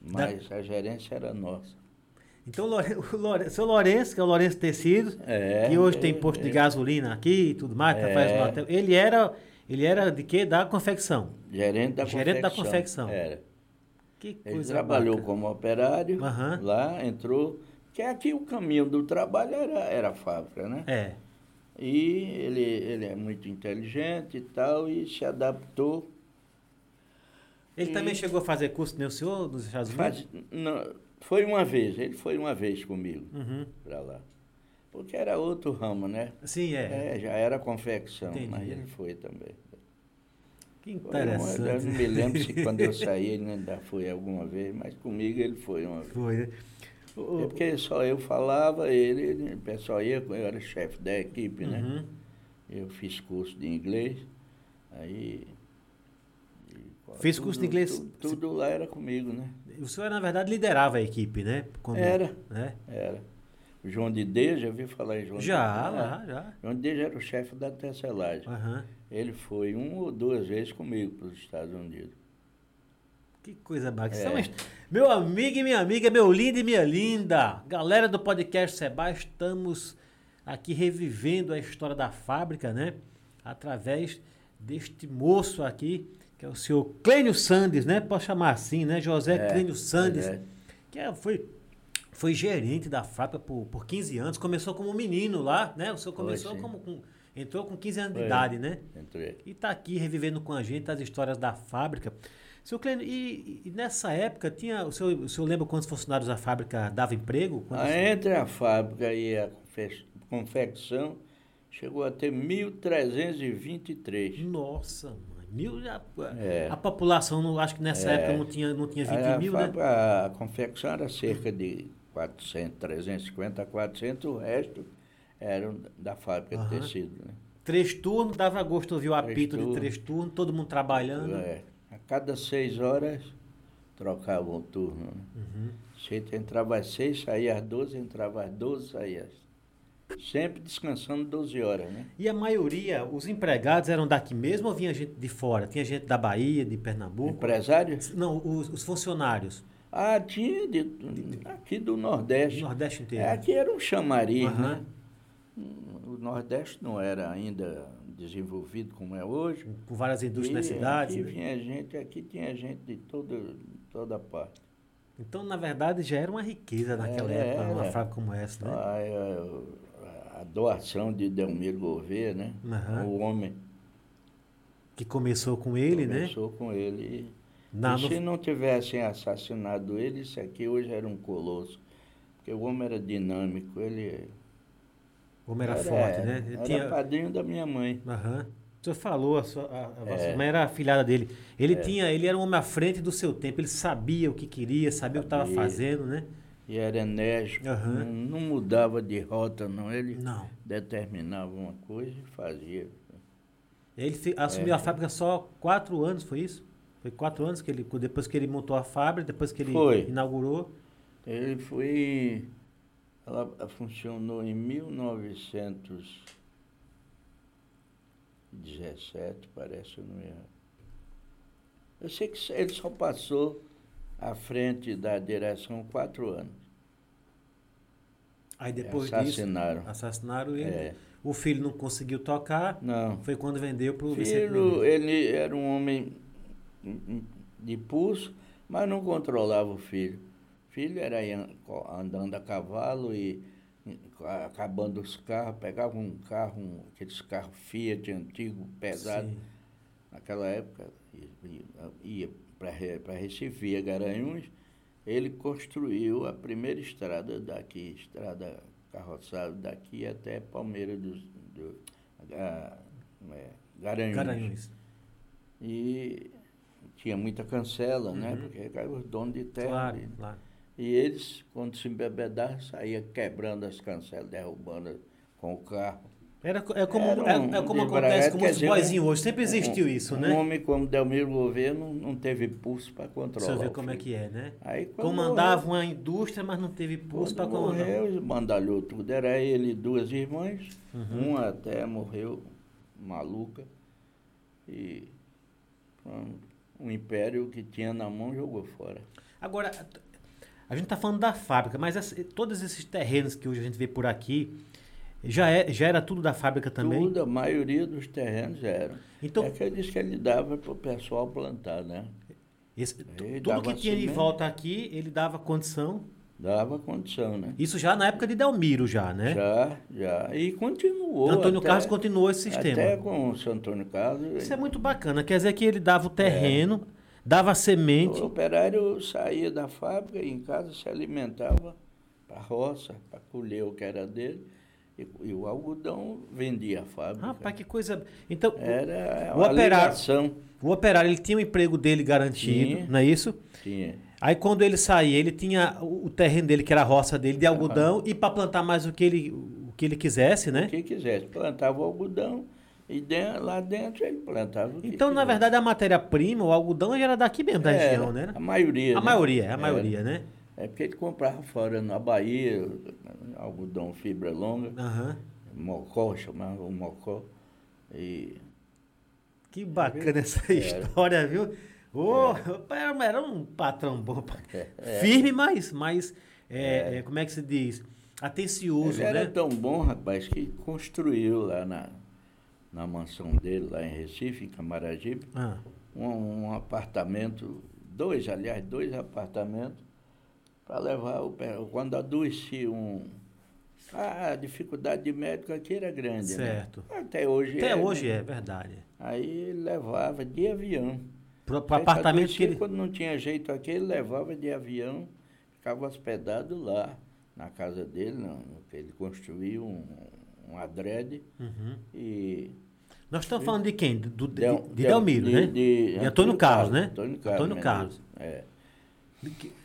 Speaker 2: Mas a gerência era nossa.
Speaker 1: Então, o Lore- o Lore- seu Lourenço, que é o Lourenço Tecido,
Speaker 2: É,
Speaker 1: que hoje
Speaker 2: é,
Speaker 1: tem posto de
Speaker 2: é.
Speaker 1: gasolina aqui e tudo mais, que
Speaker 2: É.
Speaker 1: faz no hotel. Ele era, ele era de quê? Da confecção.
Speaker 2: Gerente da
Speaker 1: Gerente da
Speaker 2: confecção.
Speaker 1: confecção.
Speaker 2: Era.
Speaker 1: Que
Speaker 2: Ele
Speaker 1: coisa
Speaker 2: trabalhou
Speaker 1: bacana.
Speaker 2: como operário
Speaker 1: Aham.
Speaker 2: lá, entrou. Porque aqui o caminho do trabalho era, era a fábrica, né?
Speaker 1: É.
Speaker 2: E ele, ele é muito inteligente e tal, e se adaptou.
Speaker 1: Ele também chegou a fazer curso, né, o senhor, nos Estados Unidos?
Speaker 2: Faz- não, foi uma vez, ele foi uma vez comigo
Speaker 1: Uhum.
Speaker 2: para lá. Porque era outro ramo, né?
Speaker 1: Sim, é.
Speaker 2: É, já era confecção,
Speaker 1: Entendi.
Speaker 2: mas ele foi também.
Speaker 1: Que
Speaker 2: Foi uma- eu
Speaker 1: interessante.
Speaker 2: não me lembro se quando eu saí ele ainda foi alguma vez, mas comigo ele foi uma vez.
Speaker 1: Foi, né? O-
Speaker 2: É
Speaker 1: o-
Speaker 2: porque só eu falava, ele, ele- o pessoal ia, eu era chefe da equipe, né?
Speaker 1: Uhum.
Speaker 2: Eu fiz curso de inglês, aí. e-
Speaker 1: Fez curso de
Speaker 2: tudo-
Speaker 1: inglês?
Speaker 2: tu- Tudo, lá era comigo, né?
Speaker 1: O senhor, na verdade, liderava a equipe, né? Como-
Speaker 2: Era.
Speaker 1: né?
Speaker 2: Era. O João de Deus, já ouvi falar em João
Speaker 1: Já,
Speaker 2: de É.
Speaker 1: lá, Ah. já.
Speaker 2: João de Deus era o chefe da tecelagem.
Speaker 1: Aham.
Speaker 2: Ele foi uma ou duas vezes comigo para os Estados Unidos.
Speaker 1: Que coisa bacana. Isso é
Speaker 2: É.
Speaker 1: uma his- Meu amigo e minha amiga, meu lindo e minha linda. Galera do podcast Seba, estamos aqui revivendo a história da fábrica, né? Através deste moço aqui, que é o senhor Clênio Sandes, né? Posso chamar assim, né? José
Speaker 2: É,
Speaker 1: Clênio Sandes,
Speaker 2: é.
Speaker 1: que é- foi, foi gerente da fábrica por, por 15 anos. Começou como menino lá, né? O senhor
Speaker 2: Foi,
Speaker 1: começou
Speaker 2: sim.
Speaker 1: como com, entrou com 15 anos de
Speaker 2: Foi.
Speaker 1: idade, né?
Speaker 2: Entre
Speaker 1: E está aqui revivendo com a gente as histórias da fábrica. Seu Clênio, e, e nessa época tinha. O senhor, o senhor lembra quantos funcionários da fábrica dava emprego? Quantos-
Speaker 2: Ah, entre a fábrica e a confe- confecção, chegou a ter 1.323.
Speaker 1: Nossa, mãe. Mil, a, a-
Speaker 2: É.
Speaker 1: a população, não, acho que nessa
Speaker 2: É.
Speaker 1: época não tinha, não tinha 20
Speaker 2: Aí a,
Speaker 1: mil, né?
Speaker 2: fábrica- a confecção era cerca de 400, 350 a 400, o resto eram da fábrica
Speaker 1: Aham.
Speaker 2: de tecido. Né?
Speaker 1: Três turnos, dava gosto ouvir o
Speaker 2: Três
Speaker 1: apito de
Speaker 2: turnos.
Speaker 1: três turnos, todo mundo trabalhando.
Speaker 2: É, a cada seis horas trocavam o turno. Né?
Speaker 1: Uhum.
Speaker 2: Você entrava às seis, saía às 12, entrava às 12, saía às... Sempre descansando 12 horas, né?
Speaker 1: E a maioria, os empregados eram daqui mesmo ou vinha gente de fora? Tinha gente da Bahia, de Pernambuco?
Speaker 2: Empresário?
Speaker 1: Não, os, os funcionários.
Speaker 2: Ah, tinha de, aqui
Speaker 1: Do
Speaker 2: do Nordeste.
Speaker 1: Nordeste inteiro.
Speaker 2: É, aqui era um chamariz,
Speaker 1: Aham.
Speaker 2: né? O Nordeste não era ainda desenvolvido como é hoje.
Speaker 1: Com várias indústrias
Speaker 2: E
Speaker 1: na cidade.
Speaker 2: Aqui
Speaker 1: né?
Speaker 2: vinha gente, aqui tinha gente de todo, toda parte.
Speaker 1: Então, na verdade, já era uma riqueza naquela
Speaker 2: Era,
Speaker 1: época, uma
Speaker 2: era.
Speaker 1: fábrica como essa, né?
Speaker 2: Ah, eu- A, doação de Delmiro Gouveia, né?
Speaker 1: Aham.
Speaker 2: O homem
Speaker 1: Que começou com ele, né?
Speaker 2: começou com ele. E,
Speaker 1: Na,
Speaker 2: e
Speaker 1: no-
Speaker 2: se não tivessem assassinado ele, isso aqui hoje era um colosso. Porque o homem era dinâmico, ele
Speaker 1: o homem era forte, né? Ele
Speaker 2: Era
Speaker 1: tinha...
Speaker 2: padrinho da minha mãe.
Speaker 1: Aham. O senhor falou, a sua, a, a vossa
Speaker 2: É.
Speaker 1: mãe era afilhada dele. Ele tinha, ele era um homem à frente do seu tempo, ele sabia o que queria, sabia o que estava
Speaker 2: Sabia.
Speaker 1: fazendo, né?
Speaker 2: E era enérgico,
Speaker 1: Aham.
Speaker 2: não, não mudava de rota, não. Ele
Speaker 1: Não.
Speaker 2: determinava uma coisa e fazia.
Speaker 1: Ele fi- assumiu
Speaker 2: É.
Speaker 1: a fábrica só quatro anos, foi isso? Foi quatro anos que ele, depois que ele montou a fábrica, depois que ele
Speaker 2: Foi.
Speaker 1: inaugurou.
Speaker 2: Ele foi. Ela funcionou em 1917, parece, eu não me engano. Eu sei que ele só passou à frente da direção quatro anos.
Speaker 1: Aí depois disso,
Speaker 2: Assassinaram.
Speaker 1: assassinaram ele.
Speaker 2: É.
Speaker 1: O filho não conseguiu tocar.
Speaker 2: Não.
Speaker 1: Foi quando vendeu pro Vicente
Speaker 2: Filho,
Speaker 1: Menezes.
Speaker 2: ele era um homem de pulso, mas não controlava o filho. filho era aí an- co- andando a cavalo e hum, a- acabando os carros, pegava um carro, um, aqueles carros Fiat antigo, pesado,
Speaker 1: Sim.
Speaker 2: naquela época, e- e- ia para Recife, via Garanhuns, ele construiu a primeira estrada daqui, estrada carroçada daqui até Palmeira dos, do, ah, como é,
Speaker 1: Garanhuns.
Speaker 2: e tinha muita cancela, né?
Speaker 1: Uhum.
Speaker 2: Porque era os donos de terra.
Speaker 1: Claro,
Speaker 2: E,
Speaker 1: claro.
Speaker 2: e eles, quando se embebedavam, saía quebrando as cancelas, derrubando com o carro.
Speaker 1: Era, co- é como,
Speaker 2: Era um-
Speaker 1: é, é como
Speaker 2: um
Speaker 1: acontece
Speaker 2: embriagado,
Speaker 1: com
Speaker 2: quer
Speaker 1: muitos
Speaker 2: dizer,
Speaker 1: boizinhos
Speaker 2: um-
Speaker 1: hoje. Sempre existiu
Speaker 2: um-
Speaker 1: isso,
Speaker 2: Um
Speaker 1: né?
Speaker 2: homem como Delmiro Gouveia não, não teve pulso para
Speaker 1: Pra você
Speaker 2: controlar.
Speaker 1: ver
Speaker 2: o
Speaker 1: como é
Speaker 2: filho.
Speaker 1: que é, né?
Speaker 2: Aí, quando
Speaker 1: Comandava uma indústria, mas não teve
Speaker 2: morreu,
Speaker 1: pulso
Speaker 2: para
Speaker 1: para comandar.
Speaker 2: morreu, bandalhou tudo. Era ele e duas irmãs.
Speaker 1: Uhum.
Speaker 2: Uma até morreu maluca. E pronto, um império que tinha na mão jogou fora.
Speaker 1: Agora, a gente está falando da fábrica, mas essa- todos esses terrenos que hoje a gente vê por aqui, já, é, já era tudo da fábrica também?
Speaker 2: Tudo, a maioria dos terrenos eram.
Speaker 1: Então-
Speaker 2: é que eu disse que ele dava para o pessoal plantar, né?
Speaker 1: Esse- tu-
Speaker 2: Ele
Speaker 1: tudo que
Speaker 2: dava
Speaker 1: tinha em
Speaker 2: cimento.
Speaker 1: volta aqui, ele dava condição.
Speaker 2: Dava condição, né?
Speaker 1: Isso já na época de Delmiro, já, né?
Speaker 2: Já, já. E continuou.
Speaker 1: Antônio
Speaker 2: até-
Speaker 1: Carlos continuou esse sistema.
Speaker 2: Até com o seu Antônio Carlos.
Speaker 1: Isso é muito bacana. Quer dizer que ele dava o
Speaker 2: É.
Speaker 1: terreno, dava a semente.
Speaker 2: O operário saía da fábrica e em casa se alimentava para a roça, para colher o que era dele. E, e o algodão vendia a fábrica.
Speaker 1: Rapaz, que coisa. Então,
Speaker 2: Era
Speaker 1: O
Speaker 2: uma
Speaker 1: operário-
Speaker 2: ligação.
Speaker 1: o operário ele tinha o emprego dele garantido,
Speaker 2: Tinha.
Speaker 1: não é isso?
Speaker 2: Tinha.
Speaker 1: Aí quando ele saía, ele tinha o o terreno dele, que era a roça dele, de algodão, e para plantar mais o que ele, o que ele quisesse,
Speaker 2: O
Speaker 1: né?
Speaker 2: que quisesse. Plantava o algodão e de- lá dentro ele plantava o que
Speaker 1: Então, na
Speaker 2: quisesse.
Speaker 1: verdade, a matéria-prima, o algodão, já era daqui mesmo, da
Speaker 2: Era,
Speaker 1: região, né?
Speaker 2: A maioria.
Speaker 1: A
Speaker 2: né?
Speaker 1: maioria, a
Speaker 2: Era.
Speaker 1: maioria, né?
Speaker 2: É porque ele comprava fora na Bahia, algodão fibra longa,
Speaker 1: Aham.
Speaker 2: mocó, chamava o mocó. E Tá
Speaker 1: Que bacana essa
Speaker 2: É.
Speaker 1: história, viu? Ô, era, era um patrão bom. pra-
Speaker 2: É,
Speaker 1: Firme, mas, mas é, é, como é que se diz? Atencioso,
Speaker 2: ele era
Speaker 1: né?
Speaker 2: tão bom, rapaz, que construiu lá na, na mansão dele, lá em Recife, em Camaragibe,
Speaker 1: Ah,
Speaker 2: um, um apartamento, dois, aliás, dois apartamentos, para levar o pé. Quando adoecia um. A dificuldade de médico aqui era grande,
Speaker 1: Certo.
Speaker 2: né? Até hoje
Speaker 1: até
Speaker 2: é.
Speaker 1: hoje
Speaker 2: né?
Speaker 1: é, verdade.
Speaker 2: Aí ele levava de avião.
Speaker 1: Pro, pro
Speaker 2: Aí
Speaker 1: apartamento que
Speaker 2: adoecia,
Speaker 1: ele.
Speaker 2: Quando não tinha jeito aqui, ele levava de avião, ficava hospedado lá, na casa dele, não, ele construiu um, um adrede
Speaker 1: Uhum.
Speaker 2: e...
Speaker 1: Nós estamos falando de quem? Do, do- de,
Speaker 2: Del-
Speaker 1: de Delmiro, né?
Speaker 2: de
Speaker 1: De Antônio Carlos, né?
Speaker 2: Antônio Carlos.
Speaker 1: Antônio Carlos.
Speaker 2: Menezes, é.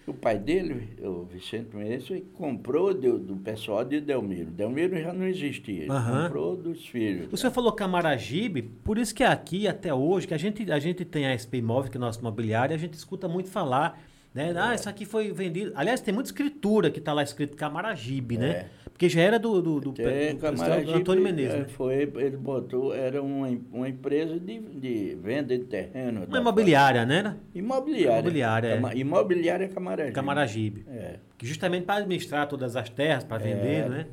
Speaker 2: O pai dele, o Vicente Menezes, comprou do, do pessoal de Delmiro. Delmiro já não existia, ele
Speaker 1: Aham.
Speaker 2: comprou dos filhos.
Speaker 1: O senhor falou Camaragibe, por isso que é aqui até hoje, que a gente, a gente tem a SP Imóvel, que é nosso mobiliário, a gente escuta muito falar,
Speaker 2: É.
Speaker 1: né? Ah, isso aqui foi vendido. Aliás, tem muita escritura que está lá escrito Camaragibe, né?
Speaker 2: É.
Speaker 1: Porque já era do, do, do,
Speaker 2: Até
Speaker 1: pe- do pessoal do
Speaker 2: Camaragibe,
Speaker 1: Antônio Menezes,
Speaker 2: eh,
Speaker 1: né?
Speaker 2: Foi, ele botou, era uma, em- uma empresa de, de venda de terreno.
Speaker 1: Uma
Speaker 2: da-
Speaker 1: imobiliária, né? Era
Speaker 2: Imobiliária.
Speaker 1: Imobiliária, é.
Speaker 2: Cama- Imobiliária Camaragibe.
Speaker 1: Camaragibe.
Speaker 2: É.
Speaker 1: Que justamente para administrar todas as terras, para vender, né?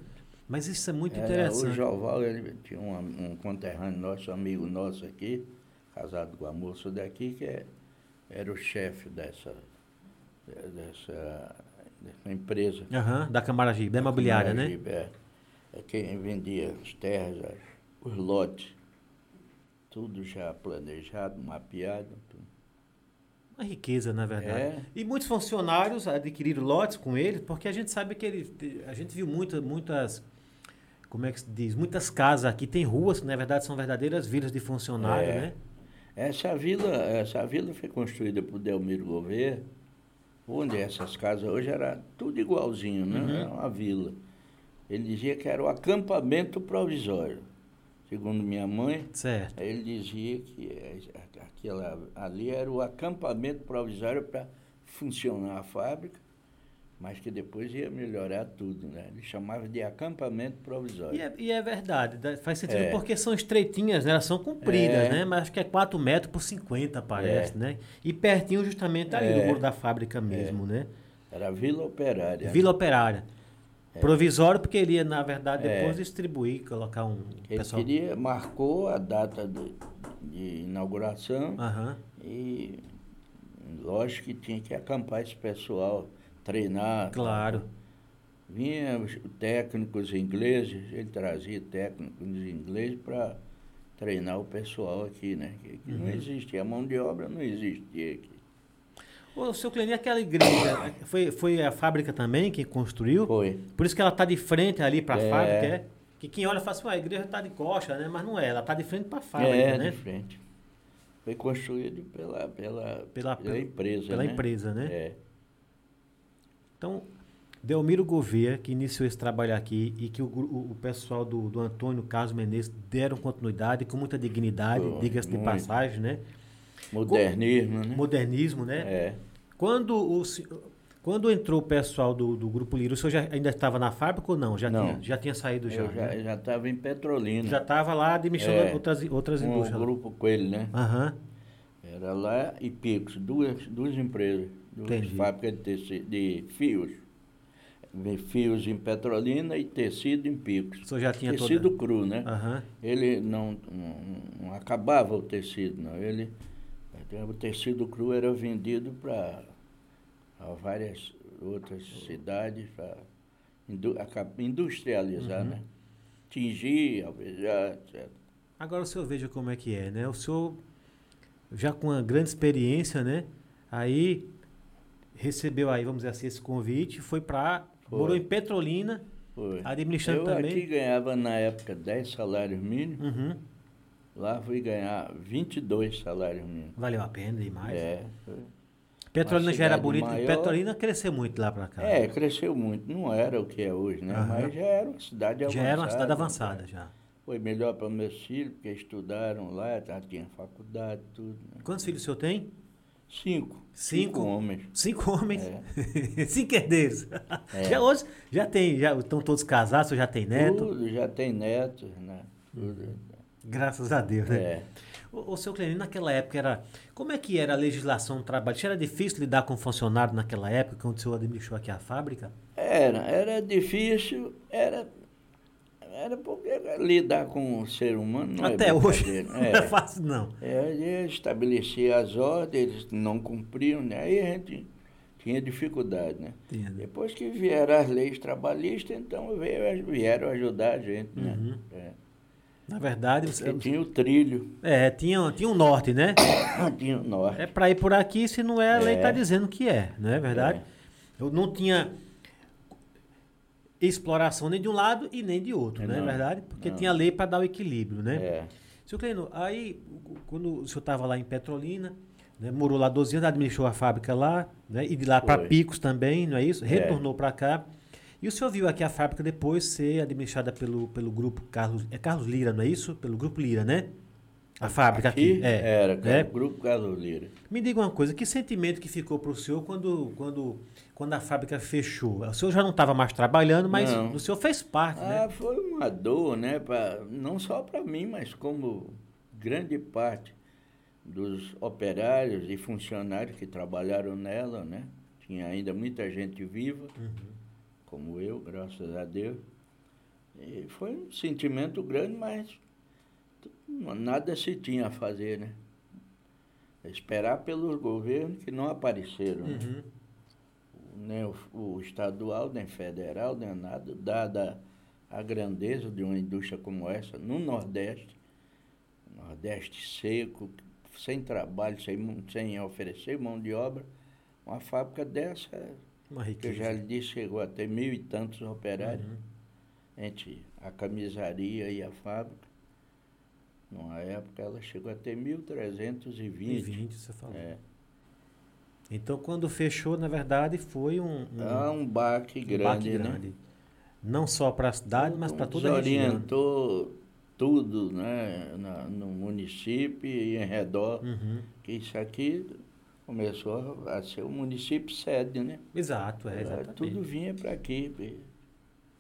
Speaker 1: Mas isso é muito
Speaker 2: Era O
Speaker 1: interessante.
Speaker 2: Joval, ele tinha um, am- um conterrâneo nosso, amigo nosso aqui, casado com a moça daqui, que é- era o chefe dessa, eh, dessa, dessa empresa.
Speaker 1: Aham, da Camaragibe, da imobiliária, né?
Speaker 2: Camaragibe, É. É quem vendia as terras, as- os lotes. Tudo já planejado, mapeado. tudo.
Speaker 1: Uma riqueza, na verdade.
Speaker 2: É.
Speaker 1: E muitos funcionários adquiriram lotes com ele, porque a gente sabe que ele. A gente viu muita, muitas. Como é que se diz? Muitas casas aqui. Tem ruas que, na verdade, são verdadeiras vilas de funcionário,
Speaker 2: É.
Speaker 1: né?
Speaker 2: Essa vila, essa vila foi construída por Delmiro Gouveia, onde essas casas hoje era tudo igualzinho, né?
Speaker 1: Uhum.
Speaker 2: Era uma vila. Ele dizia que era o acampamento provisório. Segundo minha mãe,
Speaker 1: Certo.
Speaker 2: ele dizia que eh, aquela, ali era o acampamento provisório para funcionar a fábrica, mas que depois ia melhorar tudo, né? Ele chamava de acampamento provisório.
Speaker 1: E é, e é verdade, dá- faz sentido
Speaker 2: É.
Speaker 1: porque são estreitinhas, né? elas são compridas,
Speaker 2: É.
Speaker 1: né? Mas acho que é 4 metros por 50, parece, né? E pertinho justamente ali,
Speaker 2: É.
Speaker 1: do muro da fábrica mesmo, né?
Speaker 2: Era a Vila Operária. né?
Speaker 1: Vila Operária. Provisório, porque ele ia, na verdade, depois
Speaker 2: É.
Speaker 1: distribuir, colocar um.
Speaker 2: Ele
Speaker 1: pessoal.
Speaker 2: queria, marcou a data do- de
Speaker 1: Ah.
Speaker 2: inauguração
Speaker 1: Aham.
Speaker 2: e lógico que tinha que acampar esse pessoal. treinar.
Speaker 1: Claro.
Speaker 2: Vinha os técnicos ingleses, ele trazia técnicos ingleses para treinar o pessoal aqui, né? Que, que
Speaker 1: Uhum.
Speaker 2: não existia, a mão de obra não existia aqui.
Speaker 1: O seu Clenê, aquela igreja, foi, foi a fábrica também que construiu?
Speaker 2: Foi.
Speaker 1: Por isso que ela tá de frente ali para a
Speaker 2: É.
Speaker 1: fábrica, é? Que quem olha fala assim, "Ué, a igreja tá de costa, né? Mas não é, ela tá de frente para a fábrica,
Speaker 2: é,
Speaker 1: né?
Speaker 2: de frente. Foi construído pela, pela,
Speaker 1: Pela-
Speaker 2: empresa,
Speaker 1: pela
Speaker 2: né?
Speaker 1: empresa, né?
Speaker 2: É.
Speaker 1: Então, Delmiro Gouveia, que iniciou esse trabalho aqui e que o, gru- o- o pessoal do, do Antônio Carlos Menezes deram continuidade com muita dignidade,
Speaker 2: Foi,
Speaker 1: diga-se de
Speaker 2: muito.
Speaker 1: passagem, né?
Speaker 2: Modernismo, né?
Speaker 1: Modernismo, né?
Speaker 2: É.
Speaker 1: Quando, o, se- quando entrou o pessoal do, do Grupo Lira, o senhor já, ainda estava na fábrica ou não? Já,
Speaker 2: Não.
Speaker 1: Tinha, já tinha saído já.
Speaker 2: Eu
Speaker 1: né?
Speaker 2: já estava em Petrolina.
Speaker 1: Já estava lá administrando
Speaker 2: É.
Speaker 1: outras, outras
Speaker 2: com o
Speaker 1: indústrias.
Speaker 2: grupo Coelho, né?
Speaker 1: Aham.
Speaker 2: Era lá e Picos, duas, duas empresas, duas
Speaker 1: Entendi.
Speaker 2: fábricas de, tecido, de fios. De Fios em Petrolina e tecido em Picos.
Speaker 1: O senhor já tinha toda- Ah.
Speaker 2: tecido cru, né?
Speaker 1: Aham.
Speaker 2: Ele não, não, não acabava o tecido, não. Ele, o tecido cru era vendido para várias outras
Speaker 1: Uhum.
Speaker 2: cidades para industrializar,
Speaker 1: Uhum.
Speaker 2: né? Tingir, alvejar, etc.
Speaker 1: Agora o senhor veja como é que é, né? O senhor, já com uma grande experiência, né? Aí recebeu aí, vamos dizer assim, esse convite, foi para
Speaker 2: Foi.
Speaker 1: morou em Petrolina.
Speaker 2: Foi.
Speaker 1: Administrando
Speaker 2: Eu
Speaker 1: também?
Speaker 2: aqui ganhava na época 10 salários mínimos,
Speaker 1: Uhum.
Speaker 2: lá fui ganhar 22 salários mínimos.
Speaker 1: Valeu a pena demais.
Speaker 2: É, foi.
Speaker 1: Petrolina
Speaker 2: Uma
Speaker 1: já era
Speaker 2: cidade
Speaker 1: bonita.
Speaker 2: maior.
Speaker 1: Petrolina cresceu muito lá para cá.
Speaker 2: É, cresceu muito, não era o que é hoje, né?
Speaker 1: Aham.
Speaker 2: Mas já era uma cidade avançada. né?
Speaker 1: já era uma cidade avançada já.
Speaker 2: Foi melhor para meus filhos, porque estudaram lá, já tinha faculdade, tudo. né?
Speaker 1: Quantos filhos o senhor tem?
Speaker 2: Cinco.
Speaker 1: Cinco?
Speaker 2: homens.
Speaker 1: Cinco homens. Cinco herdeiros.
Speaker 2: É. Uh.
Speaker 1: Já hoje, já tem, já estão todos casados, o senhor já tem neto. Uhum.
Speaker 2: Tudo, já tem netos, né? Tudo.
Speaker 1: Graças a Deus, né?
Speaker 2: É.
Speaker 1: O, seu Clenino, naquela época era. Como é que era a legislação do trabalho? Era difícil lidar com funcionário naquela época, quando o senhor administrou aqui a fábrica?
Speaker 2: Era, era difícil, era, era porque lidar com o ser humano não é
Speaker 1: Até hoje.
Speaker 2: brincadeira,
Speaker 1: Não é. fácil, não.
Speaker 2: É, eu estabelecia as ordens, eles não cumpriam, né? Aí a gente tinha dificuldade, né?
Speaker 1: Entendo.
Speaker 2: Depois que vieram as leis trabalhistas, então veio, vieram ajudar a gente, né?
Speaker 1: Uhum.
Speaker 2: É.
Speaker 1: Na verdade, você-
Speaker 2: Porque tinha o trilho,
Speaker 1: é, tinha, tinha um norte, né?
Speaker 2: tinha o norte.
Speaker 1: É para ir por aqui, se não é, a lei
Speaker 2: É.
Speaker 1: está dizendo que é, não é verdade?
Speaker 2: É.
Speaker 1: Eu não tinha exploração nem de um lado e nem de outro,
Speaker 2: É,
Speaker 1: não é
Speaker 2: não.
Speaker 1: verdade? Porque
Speaker 2: Não.
Speaker 1: tinha lei para dar o equilíbrio, né?
Speaker 2: É.
Speaker 1: Seu Cleino, aí o- quando o senhor estava lá em Petrolina, né, morou lá 12 anos, administrou a fábrica lá, né, e de lá para
Speaker 2: Foi.
Speaker 1: Picos também, não é isso? Retornou para cá. E o senhor viu aqui a fábrica depois ser administrada pelo, pelo grupo Carlos, é Carlos Lira, não é isso? Pelo grupo Lira, né? A fábrica aqui.
Speaker 2: Aqui
Speaker 1: é,
Speaker 2: era,
Speaker 1: né?
Speaker 2: o Grupo Carlos Lira.
Speaker 1: Me diga uma coisa, que sentimento que ficou para o senhor quando, quando, quando a fábrica fechou? O senhor já não estava mais trabalhando, mas
Speaker 2: Não.
Speaker 1: o senhor fez parte,
Speaker 2: Ah,
Speaker 1: né?
Speaker 2: foi uma dor, né? pra- não só para mim, mas como grande parte dos operários e funcionários que trabalharam nela, né? Tinha ainda muita gente viva,
Speaker 1: Uhum,
Speaker 2: como eu, graças a Deus. E foi um sentimento grande, mas t- nada se tinha a fazer, né? Esperar pelos governos que não apareceram. né?
Speaker 1: Uhum.
Speaker 2: nem né, o, o estadual, nem federal, nem nada, dada a grandeza de uma indústria como essa no Nordeste, Nordeste seco, sem trabalho, sem, mão- sem oferecer mão de obra, uma fábrica dessa,
Speaker 1: Uma
Speaker 2: que eu
Speaker 1: riqueza. Uhum.
Speaker 2: já lhe disse, chegou a ter mil e tantos operários, entre a camisaria e a fábrica, numa época ela chegou a ter 1.320.
Speaker 1: 20, você falou.
Speaker 2: É.
Speaker 1: Então, quando fechou, na verdade, foi um, um,
Speaker 2: É um baque
Speaker 1: um
Speaker 2: grande,
Speaker 1: baque
Speaker 2: né? Um
Speaker 1: grande. Não só para a cidade, mas para toda a região. né?
Speaker 2: Desorientou tudo, né, na- no município e em redor.
Speaker 1: Uhum.
Speaker 2: Que isso aqui começou a ser o município sede, né?
Speaker 1: Exato, é,
Speaker 2: Era-
Speaker 1: exatamente.
Speaker 2: tudo vinha para aqui, pe-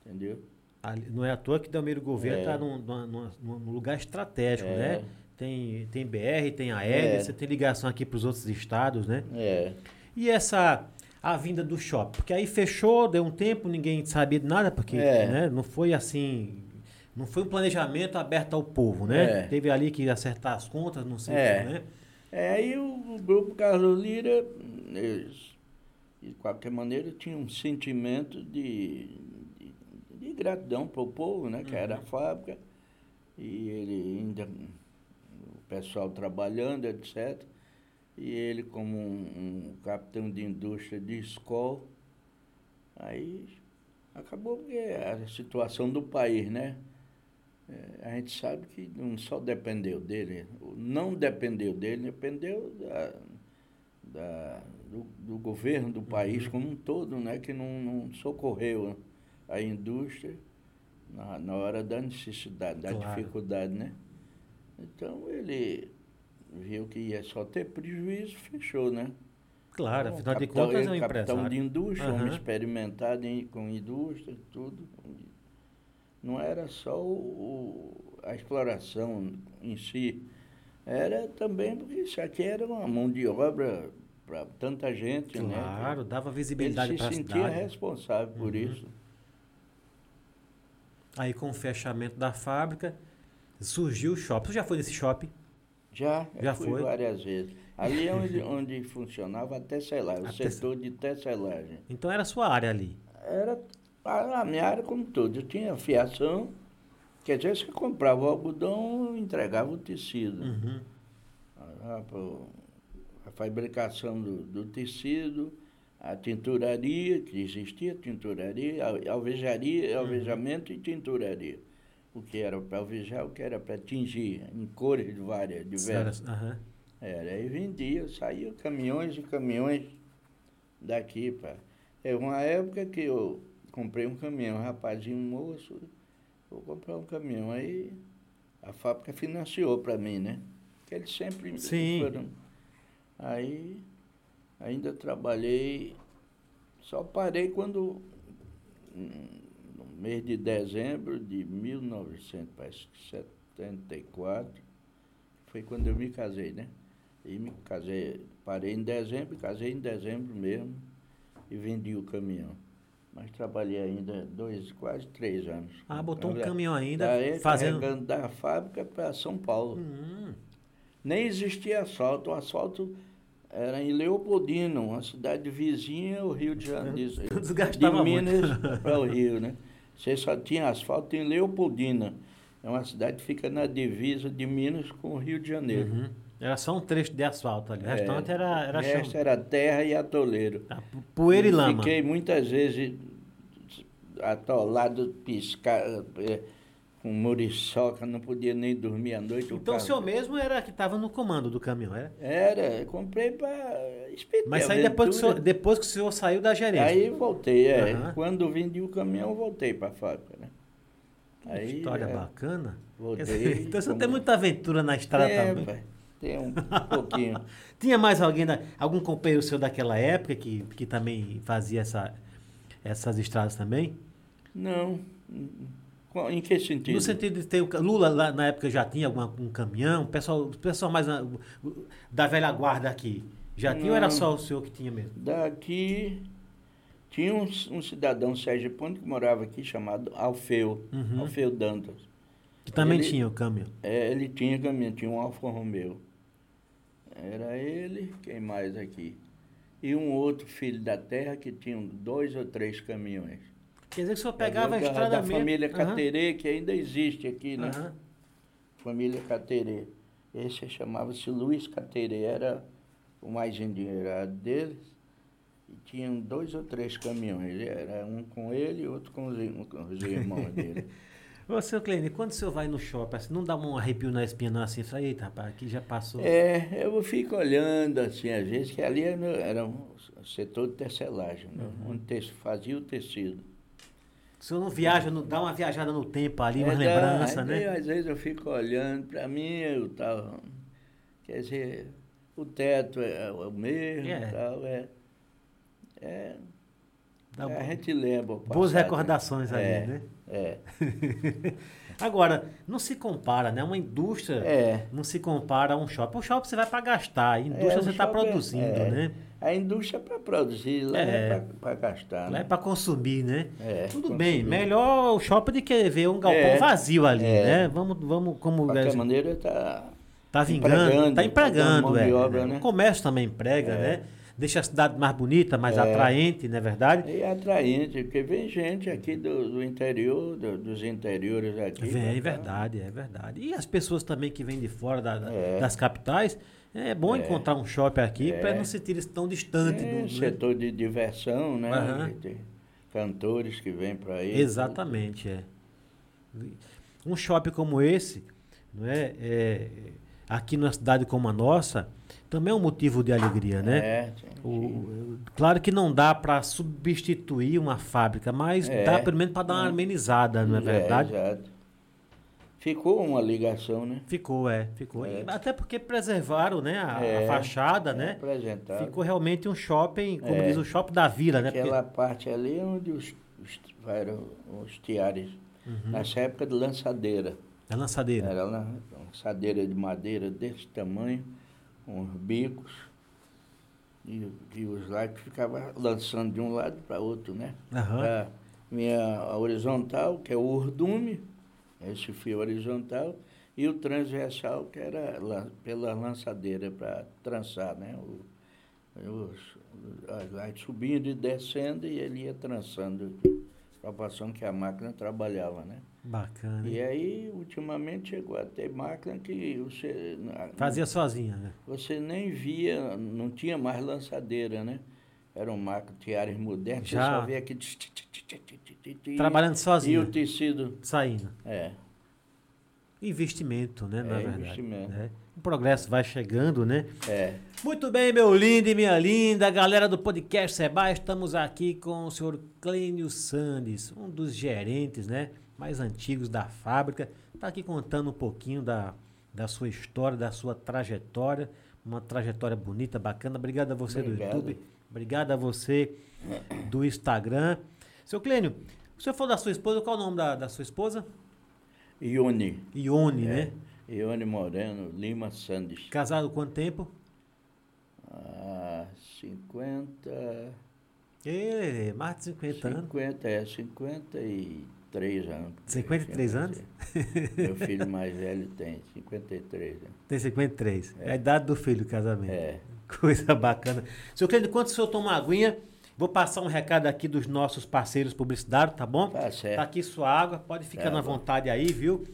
Speaker 2: entendeu?
Speaker 1: Ali- não é à toa que Delmiro Gouveia
Speaker 2: É.
Speaker 1: está num, numa- numa- num lugar estratégico,
Speaker 2: É.
Speaker 1: né? Tem, tem BR, tem aérea,
Speaker 2: É.
Speaker 1: você tem ligação aqui para os outros estados, né?
Speaker 2: É,
Speaker 1: E essa a vinda do shopping? Porque aí fechou, deu um tempo, ninguém sabia de nada, porque
Speaker 2: É.
Speaker 1: né, não foi assim. Não foi um planejamento aberto ao povo, né?
Speaker 2: É.
Speaker 1: Teve ali que acertar as contas, não sei o
Speaker 2: É.
Speaker 1: que, né?
Speaker 2: é e o, o grupo Carlos Lira, eles E, de qualquer maneira, tinha um sentimento de, de, de gratidão para o povo, né? Que era a fábrica. E ele ainda... O pessoal trabalhando, etc. E ele, como um, um capitão de indústria de escola, aí acabou que a situação do país, né? Eh, A gente sabe que não só dependeu dele, o não dependeu dele, dependeu da, da- do, do governo do país como um todo, né? Que não, não socorreu a indústria na, na hora da necessidade, da
Speaker 1: Claro.
Speaker 2: dificuldade, né? Então ele viu que ia só ter prejuízo, fechou, né?
Speaker 1: Claro, afinal de
Speaker 2: Então, Capitão-
Speaker 1: contas é um
Speaker 2: ele, Capitão de
Speaker 1: empresário.
Speaker 2: indústria,
Speaker 1: Aham.
Speaker 2: homem experimentado em, com indústria, e tudo. Não era só o- o- a exploração em si, era também porque isso aqui era uma mão de obra para tanta gente, né?
Speaker 1: Claro, dava
Speaker 2: Ele
Speaker 1: visibilidade
Speaker 2: se
Speaker 1: para a
Speaker 2: sentia
Speaker 1: cidade. Uhum.
Speaker 2: responsável por isso.
Speaker 1: Aí com o fechamento da fábrica, surgiu o shopping. Você já foi nesse shopping?
Speaker 2: Já,
Speaker 1: Já
Speaker 2: já fui
Speaker 1: foi?
Speaker 2: várias vezes. Ali é onde, onde funcionava a tecelagem,
Speaker 1: A
Speaker 2: o
Speaker 1: tece-
Speaker 2: setor de tecelagem.
Speaker 1: Então era a sua área ali.
Speaker 2: Era a a minha área como todo. Eu tinha fiação, quer dizer, você comprava o algodão entregava o tecido.
Speaker 1: Uhum.
Speaker 2: Ah, pro- A fabricação do, do tecido, a tinturaria, que existia tinturaria, al- alvejaria, alvejamento e tinturaria. O que era para alvejar, o que era para tingir, em cores várias, diversas.
Speaker 1: Era- aham.
Speaker 2: Era, aí vendia, saía caminhões e caminhões daqui para. Teve uma época que eu comprei um caminhão, um rapazinho, um moço, vou comprar um caminhão. Aí a fábrica financiou para mim, né? Que eles sempre
Speaker 1: Sim.
Speaker 2: Aí ainda trabalhei, só parei quando, hum, no mês de dezembro de 1974, foi quando eu me casei, né? E me casei, parei em dezembro, e casei em dezembro mesmo e vendi o caminhão. Mas trabalhei ainda dois, quase três anos.
Speaker 1: Ah, botou um
Speaker 2: Carre-
Speaker 1: caminhão ainda,
Speaker 2: Daí,
Speaker 1: fazendo...
Speaker 2: carregando da fábrica para São Paulo.
Speaker 1: Hum,
Speaker 2: Nem existia asfalto. O asfalto era em Leopoldina, uma cidade vizinha ao Rio de Janeiro.
Speaker 1: Desgastava
Speaker 2: de Minas
Speaker 1: muito.
Speaker 2: para o Rio, né? Você só tinha asfalto em Leopoldina. É uma cidade que fica na divisa de Minas com o Rio de Janeiro.
Speaker 1: uhum. Era só um trecho de asfalto ali. O
Speaker 2: É,
Speaker 1: restante era, era
Speaker 2: o resto
Speaker 1: chão.
Speaker 2: era terra e atoleiro.
Speaker 1: Ah, pu- Poeira e lama.
Speaker 2: Fiquei muitas vezes atolado, piscado, eh, com muriçoca, não podia nem dormir à noite. o
Speaker 1: Então o
Speaker 2: carro-
Speaker 1: senhor mesmo era que estava no comando do caminhão, era?
Speaker 2: Era, eu comprei para espetar.
Speaker 1: Mas isso aí depois que, o senhor, depois que o senhor saiu da gerência.
Speaker 2: Aí voltei, é.
Speaker 1: Aham.
Speaker 2: Quando vendi o caminhão, voltei para a fábrica, né?
Speaker 1: Que história
Speaker 2: é,
Speaker 1: bacana. Quer
Speaker 2: Voltei.
Speaker 1: dizer, então o senhor
Speaker 2: como-
Speaker 1: tem muita aventura na estrada
Speaker 2: É,
Speaker 1: também.
Speaker 2: pai, Tem um pouquinho.
Speaker 1: Tinha mais alguém, da- algum companheiro seu daquela época que, que também fazia essa, essas estradas também?
Speaker 2: Não. Qual- Em que sentido?
Speaker 1: No sentido de ter o ca- Lula lá na época já tinha alguma, um caminhão, o pessoal, o pessoal mais na- o- o- da velha guarda aqui. Já tinha ou era
Speaker 2: Não.
Speaker 1: só o senhor que tinha mesmo?
Speaker 2: Daqui tinha um, um cidadão sergipano que morava aqui chamado Alfeu,
Speaker 1: Uhum.
Speaker 2: Alfeu Dantas.
Speaker 1: Que também
Speaker 2: Ele-
Speaker 1: tinha o caminhão.
Speaker 2: É, ele tinha caminho, tinha um Alfa Romeo. Era ele, quem mais aqui? E um outro filho da terra que tinha dois ou três caminhões.
Speaker 1: Quer dizer que o senhor pegava a
Speaker 2: É, da,
Speaker 1: estrada
Speaker 2: da
Speaker 1: mesmo.
Speaker 2: família
Speaker 1: Aham,
Speaker 2: Caterê, que ainda existe aqui, né?
Speaker 1: aham.
Speaker 2: Família Caterê. Esse chamava-se Luiz Caterê, era o mais endinheirado deles. E tinham dois ou três caminhões. Era um com ele e outro com os, ir- com os irmãos dele.
Speaker 1: Ô, seu Cleine, quando o senhor vai no shopping, assim, não dá um arrepio na espinha não, assim, fala, eita, rapaz, aqui já passou.
Speaker 2: É, eu fico olhando assim, às vezes, que ali era, era um setor de tecelagem, né?
Speaker 1: Uhum.
Speaker 2: onde te- fazia o tecido.
Speaker 1: O senhor não viaja, não dá uma viajada no tempo ali, uma
Speaker 2: É, dá,
Speaker 1: lembrança,
Speaker 2: aí
Speaker 1: né?
Speaker 2: eu, às vezes eu fico olhando, para mim eu tava. Quer dizer, o teto é o mesmo
Speaker 1: É.
Speaker 2: tal, é. É,
Speaker 1: Dá
Speaker 2: a gente lembra. o
Speaker 1: boas
Speaker 2: passado, né?
Speaker 1: recordações ali,
Speaker 2: É,
Speaker 1: né?
Speaker 2: É.
Speaker 1: Agora, não se compara, né? Uma indústria
Speaker 2: é.
Speaker 1: não se compara a um shopping. O shopping você vai para gastar, a indústria
Speaker 2: É, o
Speaker 1: você está
Speaker 2: shopping é-
Speaker 1: produzindo,
Speaker 2: é.
Speaker 1: né?
Speaker 2: A indústria para produzir, lá é,
Speaker 1: É.
Speaker 2: para gastar.
Speaker 1: Lá é
Speaker 2: né?
Speaker 1: para consumir, né?
Speaker 2: É,
Speaker 1: Tudo bem,
Speaker 2: consumir.
Speaker 1: melhor o shopping do que ver um galpão
Speaker 2: É.
Speaker 1: vazio ali,
Speaker 2: É.
Speaker 1: né? Vamos, vamos, como é,
Speaker 2: De qualquer maneira, tá.
Speaker 1: Tá vingando,
Speaker 2: Empregando,
Speaker 1: tá
Speaker 2: tá dando
Speaker 1: empregando,
Speaker 2: mão de
Speaker 1: é.
Speaker 2: obra,
Speaker 1: é.
Speaker 2: né?
Speaker 1: O comércio também emprega,
Speaker 2: É.
Speaker 1: né? Deixa a cidade mais bonita, mais atraente, não é verdade?
Speaker 2: É atraente, porque vem gente aqui do, do interior, do- dos interiores aqui. né? pra
Speaker 1: Vem, é
Speaker 2: cá.
Speaker 1: verdade, é verdade. E as pessoas também que vêm de fora da- da-
Speaker 2: É.
Speaker 1: das capitais, é bom encontrar um shopping aqui
Speaker 2: É.
Speaker 1: para não se sentir tão distante
Speaker 2: É,
Speaker 1: do. né? do-
Speaker 2: setor de diversão, né?
Speaker 1: Aham.
Speaker 2: De- de cantores que vêm para aí.
Speaker 1: Exatamente, é. Um shopping como esse, não é, é, aqui numa cidade como a nossa, também é um motivo de alegria, né?
Speaker 2: É, sim,
Speaker 1: O-
Speaker 2: sim.
Speaker 1: o- claro que não dá para substituir uma fábrica, mas
Speaker 2: É.
Speaker 1: dá pelo menos para dar uma
Speaker 2: É.
Speaker 1: amenizada, não é verdade?
Speaker 2: exato. Ficou uma ligação, né?
Speaker 1: Ficou, é, ficou. E
Speaker 2: É.
Speaker 1: Até porque preservaram, né, a, a
Speaker 2: É.
Speaker 1: fachada, né?
Speaker 2: Apresentado.
Speaker 1: Ficou realmente um shopping, como
Speaker 2: Tá. É.
Speaker 1: diz o shopping da vila, né? Porque-
Speaker 2: Aquela parte ali é onde os, os, eram os tiares.
Speaker 1: Uhum.
Speaker 2: Nessa época de lançadeira.
Speaker 1: a é lançadeira.
Speaker 2: Era lan- lançadeira de madeira desse tamanho, com os bicos. E, e os lá que ficava lançando de um lado para outro, né?
Speaker 1: Aham.
Speaker 2: A minha a horizontal, que é o urdume, esse fio horizontal, e o transversal, que era la- pela lançadeira para trançar, né? O, os, as lights subindo e descendo, e ele ia trançando, proporção que a máquina trabalhava, né?
Speaker 1: Bacana.
Speaker 2: E
Speaker 1: hein?
Speaker 2: aí, ultimamente, chegou a ter máquina que você... na-
Speaker 1: Fazia sozinha, né?
Speaker 2: você nem via, não tinha mais lançadeira, né? Era um marco de áreas modernas, você
Speaker 1: Já.
Speaker 2: só via aquele... tch, tch, tch, tch, tch, tch, tch, tch,
Speaker 1: Trabalhando
Speaker 2: E
Speaker 1: sozinha.
Speaker 2: o tecido,
Speaker 1: Saindo.
Speaker 2: é,
Speaker 1: Investimento, né? Na
Speaker 2: É,
Speaker 1: verdade.
Speaker 2: investimento.
Speaker 1: né? O progresso vai chegando, né?
Speaker 2: é.
Speaker 1: Muito bem, meu lindo e minha linda, galera do podcast Seba, estamos aqui com o senhor Clênio Sandes, um dos gerentes né, mais antigos da fábrica. Está aqui contando um pouquinho da, da sua história, da sua trajetória. Uma trajetória bonita, bacana. Obrigado a você
Speaker 2: Obrigado.
Speaker 1: do YouTube. Obrigado a você do Instagram. Seu Clênio, o senhor falou da sua esposa, qual é o nome da, da sua esposa?
Speaker 2: Ione, É.
Speaker 1: Ione, né?
Speaker 2: Ione Moreno, Lima Sandes.
Speaker 1: Casado quanto tempo?
Speaker 2: Ah, 50...
Speaker 1: Ê, mais de 50 anos.
Speaker 2: 50, é, 53 anos.
Speaker 1: 53 anos?
Speaker 2: Meu filho mais velho tem 53 anos.
Speaker 1: Tem 53. É, a idade do filho, o casamento.
Speaker 2: É.
Speaker 1: Coisa bacana. Seu Cleide, enquanto o senhor toma uma aguinha, vou passar um recado aqui dos nossos parceiros publicitários, tá bom?
Speaker 2: Tá certo.
Speaker 1: Tá aqui sua água, pode ficar
Speaker 2: Tá
Speaker 1: na
Speaker 2: bom.
Speaker 1: vontade aí, viu?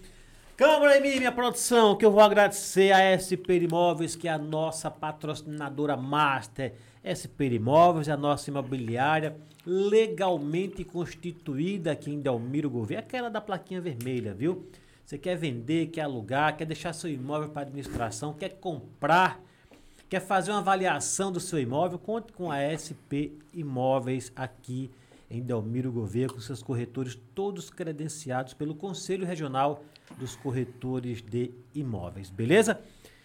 Speaker 1: Câmara em mim, minha produção, que eu vou agradecer a SP Imóveis, que é a nossa patrocinadora master. SP Imóveis, é a nossa imobiliária legalmente constituída aqui em Delmiro Gouveia, É aquela da plaquinha vermelha, viu? Você quer vender, quer alugar, quer deixar seu imóvel para administração, quer comprar, Quer fazer uma avaliação do seu imóvel? Conte com a SP Imóveis aqui em Delmiro Gouveia, com seus corretores todos credenciados pelo Conselho Regional dos Corretores de Imóveis, beleza?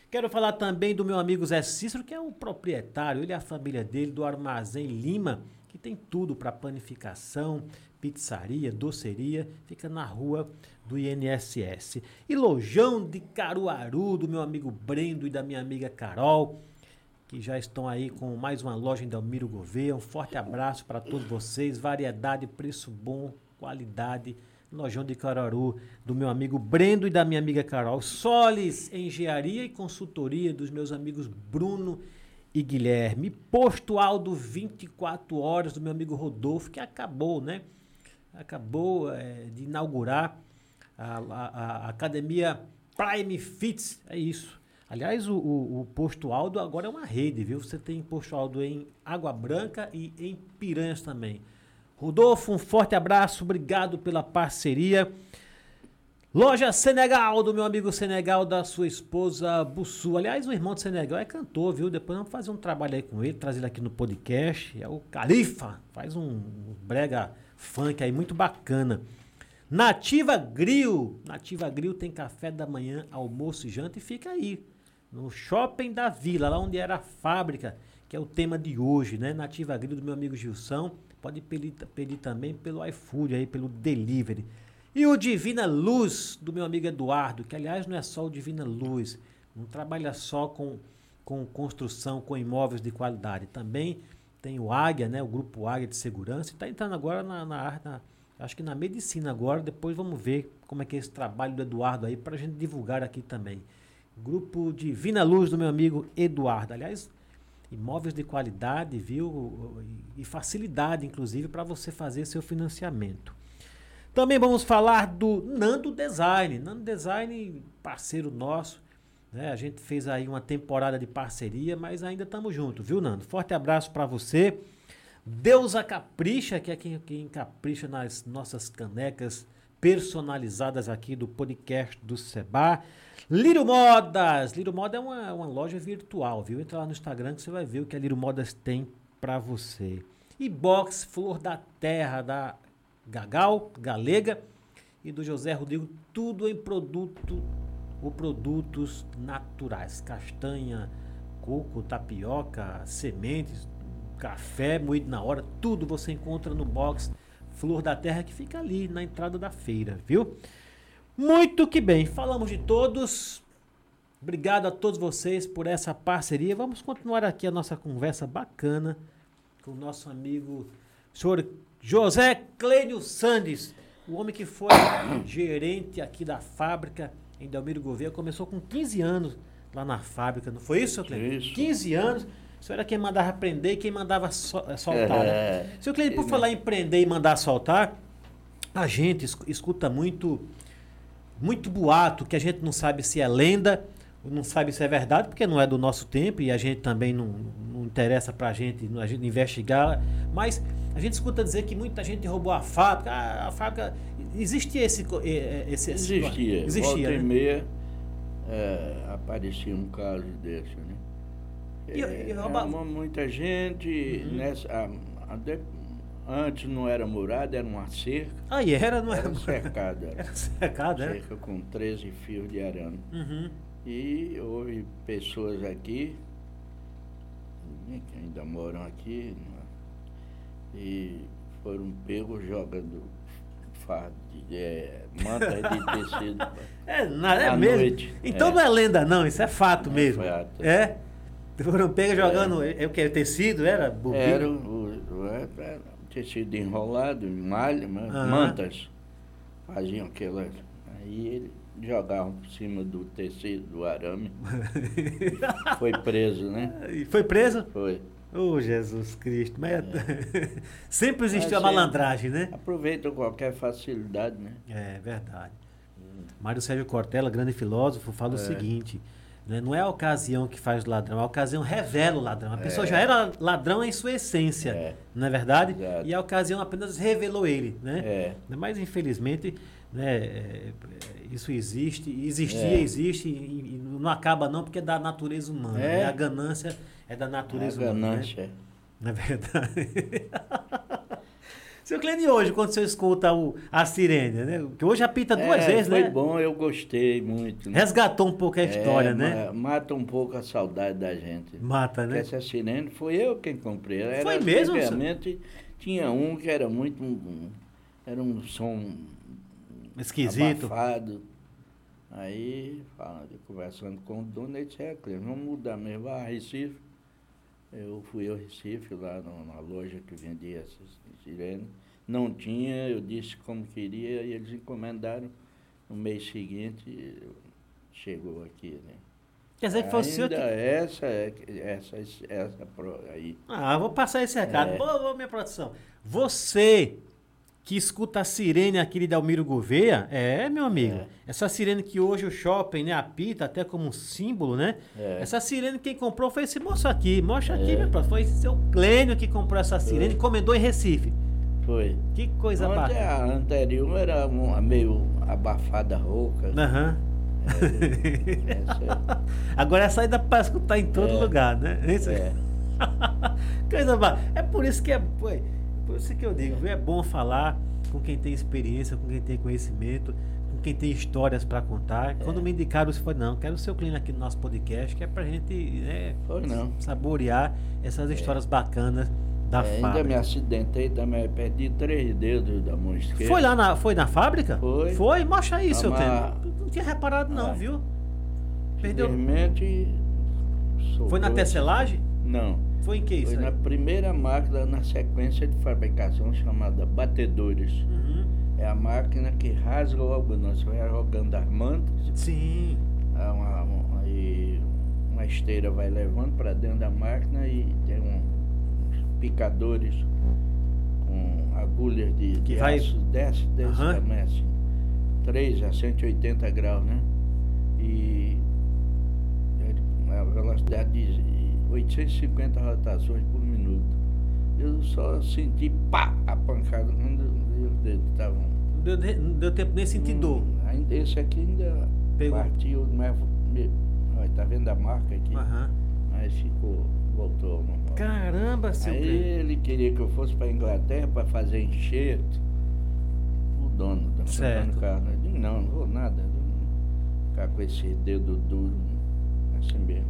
Speaker 1: Quero falar também do meu amigo Zé Cícero, que é o proprietário, ele e a família dele do Armazém Lima, que tem tudo para panificação, pizzaria, doceria, fica na rua do INSS. E Lojão de Caruaru, do meu amigo Brendo e da minha amiga Carol, que já estão aí com mais uma loja em Delmiro Gouveia. Um forte abraço para todos vocês. Variedade, preço bom, qualidade. Lojão de Caruaru, do meu amigo Brendo e da minha amiga Carol. Solis, engenharia e consultoria dos meus amigos Bruno e Guilherme. Posto Aldo, 24 horas, do meu amigo Rodolfo, que acabou, né? acabou eh, de inaugurar a, a- a Academia Prime Fits, é isso. Aliás, o, o- o Posto Aldo agora é uma rede, viu? Você tem Posto Aldo em Água Branca e em Piranhas também. Rodolfo, um forte abraço, obrigado pela parceria. Loja Senegal, do meu amigo Senegal, da sua esposa Bussu. Aliás, o irmão do Senegal é cantor, viu? Depois vamos fazer um trabalho aí com ele, trazer ele aqui no podcast. É o Califa, faz um, um brega funk aí muito bacana. Nativa Grill. Nativa Grill tem café da manhã, almoço e janta e fica aí, no shopping da vila, lá onde era a fábrica, que é o tema de hoje, né? Nativa Grill do meu amigo Gilson. Pode pedir, pedir também pelo iFood aí, pelo delivery. E o Divina Luz, do meu amigo Eduardo, que aliás não é só o Divina Luz, não trabalha só com, com construção, com imóveis de qualidade. Também tem o Águia, né? o Grupo Águia de Segurança, e está entrando agora na, na, ar- na- acho que na medicina agora, depois vamos ver como é que é esse trabalho do Eduardo aí, para a gente divulgar aqui também. Grupo Divina Luz, do meu amigo Eduardo. Aliás, Imóveis de qualidade, viu? E facilidade, inclusive, para você fazer seu financiamento. Também vamos falar do Nando Design. Nando Design, parceiro nosso. Né? A gente fez aí uma temporada de parceria, mas ainda estamos juntos, viu, Nando? Forte abraço para você. Deusa Capricha, que é quem, quem capricha nas nossas canecas personalizadas aqui do podcast do Seba. Liro Modas. Liro Moda é uma, uma loja virtual, viu? Entra lá no Instagram que você vai ver o que a Liro Modas tem para você. E Box Flor da Terra, da Gagal, Galega e do José Rodrigo, tudo em produto ou produtos naturais, castanha, coco, tapioca, sementes, café moído na hora, tudo você encontra no box Flor da Terra que fica ali na entrada da feira, viu? Muito que bem, falamos de todos. Obrigado a todos vocês por essa parceria. Vamos continuar aqui a nossa conversa bacana com o nosso amigo senhor José Clênio Sandes, o homem que foi gerente aqui da fábrica em Delmiro Gouveia, começou com 15 anos lá na fábrica, não foi isso, seu Clênio?
Speaker 2: Isso.
Speaker 1: 15 anos. O senhor era quem mandava prender e quem mandava sol- eh, soltar,
Speaker 2: É.
Speaker 1: né? Seu Clênio, por
Speaker 2: Ele-
Speaker 1: falar em prender e mandar soltar, a gente es- escuta muito muito boato que a gente não sabe se é lenda, não sabe se é verdade, porque não é do nosso tempo e a gente também não, não interessa pra gente, a gente investigar. Mas a gente escuta dizer que muita gente roubou a fábrica. Ah, a fábrica. Existia esse. co- eh, eh, esse esse-
Speaker 2: Existia. Volta
Speaker 1: Existia.
Speaker 2: e
Speaker 1: né?
Speaker 2: meia é, aparecia um caso desse, né?
Speaker 1: E-
Speaker 2: É,
Speaker 1: e Uhum. rouba-
Speaker 2: arrumou muita gente. Nessa, a- até- antes não era murada, era uma cerca.
Speaker 1: Aí era, não era?
Speaker 2: Era um cercado. Era
Speaker 1: Era cercado, era?
Speaker 2: cerca com 13 fios de arame.
Speaker 1: Uhum.
Speaker 2: E houve pessoas aqui, né, que ainda moram aqui, né, e foram pegos jogando fardo de é, manta de tecido.
Speaker 1: É, na, é
Speaker 2: À
Speaker 1: mesmo.
Speaker 2: noite,
Speaker 1: Então
Speaker 2: é.
Speaker 1: não é lenda, não, isso é fato
Speaker 2: É
Speaker 1: mesmo.
Speaker 2: fato.
Speaker 1: É? Foram pega jogando. É, o que? tecido? Era? Bobina?
Speaker 2: Era um- o, o- era- era tecido tá, enrolado, em malha, ma-
Speaker 1: Aham.
Speaker 2: mantas, faziam aquelas. Aí ele jogavam por cima do tecido, do arame. Foi preso, né?
Speaker 1: E foi preso?
Speaker 2: Foi.
Speaker 1: Oh, Jesus Cristo. Mas... é Sempre existiu a
Speaker 2: Mas, é,
Speaker 1: malandragem, né?
Speaker 2: Aproveitam qualquer facilidade, né?
Speaker 1: É verdade. Mário Sérgio Cortella, grande filósofo, fala
Speaker 2: É.
Speaker 1: o seguinte: né, não é a ocasião que faz o ladrão, a ocasião revela o ladrão. A pessoa
Speaker 2: É.
Speaker 1: já era ladrão em sua essência,
Speaker 2: É.
Speaker 1: não é verdade?
Speaker 2: Exato.
Speaker 1: E a ocasião apenas revelou ele, né?
Speaker 2: É.
Speaker 1: Mas infelizmente, né, é, é, isso existe, existia,
Speaker 2: É.
Speaker 1: existe e, e não acaba não porque é da natureza humana.
Speaker 2: É.
Speaker 1: né? A ganância é da natureza
Speaker 2: A
Speaker 1: humana. né?
Speaker 2: ganância.
Speaker 1: Na verdade. Seu Clênio, hoje, quando você escuta o, a sirene, né? Que hoje apita duas
Speaker 2: É,
Speaker 1: vezes,
Speaker 2: foi
Speaker 1: né?
Speaker 2: bom, eu gostei muito. né?
Speaker 1: Resgatou um pouco a história,
Speaker 2: É,
Speaker 1: né?
Speaker 2: ma- Mata um pouco a saudade da gente.
Speaker 1: Mata,
Speaker 2: Porque
Speaker 1: né?
Speaker 2: Essa sirene foi eu quem comprei. Ela
Speaker 1: Foi
Speaker 2: era
Speaker 1: mesmo, senhor?
Speaker 2: Antigamente tinha um que era muito. um- um- era um som
Speaker 1: Esquisito.
Speaker 2: abafado. Aí, falando, conversando com o dono, ele disse, é, Cleber, vamos mudar mesmo, vai a Recife. Eu fui ao Recife, lá no- na loja que vendia essas sirenes. Não tinha, eu disse como queria, e eles encomendaram. No mês seguinte, eu- chegou aqui, né?
Speaker 1: Quer dizer é que foi o senhor
Speaker 2: Ainda
Speaker 1: que.
Speaker 2: essa, é que- essa, essa pro- aí.
Speaker 1: Ah, vou passar esse recado.
Speaker 2: É.
Speaker 1: Boa, boa, minha produção. Você que escuta a sirene aqui de Dalmiro Gouveia, é, meu amigo.
Speaker 2: É.
Speaker 1: Essa sirene que hoje o shopping né, apita até como um símbolo, né?
Speaker 2: É.
Speaker 1: Essa sirene quem comprou foi esse moço aqui. Mostra aqui,
Speaker 2: É.
Speaker 1: meu produção. Foi seu Clênio que comprou essa sirene, encomendou em Recife.
Speaker 2: Foi.
Speaker 1: Que coisa
Speaker 2: Ontem
Speaker 1: bacana.
Speaker 2: a anterior era uma meio abafada rouca. assim, né,
Speaker 1: Aham.
Speaker 2: Essa-
Speaker 1: Agora essa aí dá pra escutar em todo
Speaker 2: É.
Speaker 1: lugar, né? Isso.
Speaker 2: é.
Speaker 1: coisa bacana. É por isso que é. pô, é por isso que eu digo, viu? é bom falar com quem tem experiência, com quem tem conhecimento, com quem tem histórias pra contar.
Speaker 2: É.
Speaker 1: Quando me indicaram, você falou, não, quero o seu cliente aqui no nosso podcast, que é pra gente né,
Speaker 2: Foi não.
Speaker 1: saborear essas histórias bacanas da
Speaker 2: É, ainda me
Speaker 1: fábrica.
Speaker 2: acidentei também, perdi três dedos da mão esquerda.
Speaker 1: Foi lá na, foi na fábrica?
Speaker 2: Foi.
Speaker 1: Foi? Mostra aí, seu
Speaker 2: Amarra-
Speaker 1: tempo. Não tinha reparado, não,
Speaker 2: Ah.
Speaker 1: viu? Perdeu.
Speaker 2: Simplesmente. soltou.
Speaker 1: Foi na tecelagem?
Speaker 2: Não.
Speaker 1: Foi em que isso?
Speaker 2: Foi
Speaker 1: aí?
Speaker 2: na primeira máquina na sequência de fabricação chamada batedores.
Speaker 1: Uhum.
Speaker 2: É a máquina que rasga o algodão. Você vai jogando as mantas
Speaker 1: Sim.
Speaker 2: é uma, uma, e uma esteira vai levando para dentro da máquina e tem um, uns picadores com agulhas de,
Speaker 1: Que
Speaker 2: de
Speaker 1: vai-
Speaker 2: aço desse, desse
Speaker 1: Aham.
Speaker 2: também, assim. 3 a 180 graus, né? E ele- a velocidade de 850 rotações por minuto. Eu só senti pá, a pancada quando meus dedos estavam.
Speaker 1: Não deu, não deu tempo nem sentir dor.
Speaker 2: Hum, ainda- Esse aqui ainda
Speaker 1: Pegou.
Speaker 2: partiu, mas me- olha, tá vendo a marca aqui?
Speaker 1: Aham.
Speaker 2: Mas ficou, voltou ao normal.
Speaker 1: Caramba, seu
Speaker 2: Aí
Speaker 1: Cleito.
Speaker 2: ele queria que eu fosse para Inglaterra para fazer enxerto. O dono da
Speaker 1: Certo.
Speaker 2: Santana Carlos. Eu disse, não, não vou nada. eu vou Ficar com esse dedo duro, assim mesmo.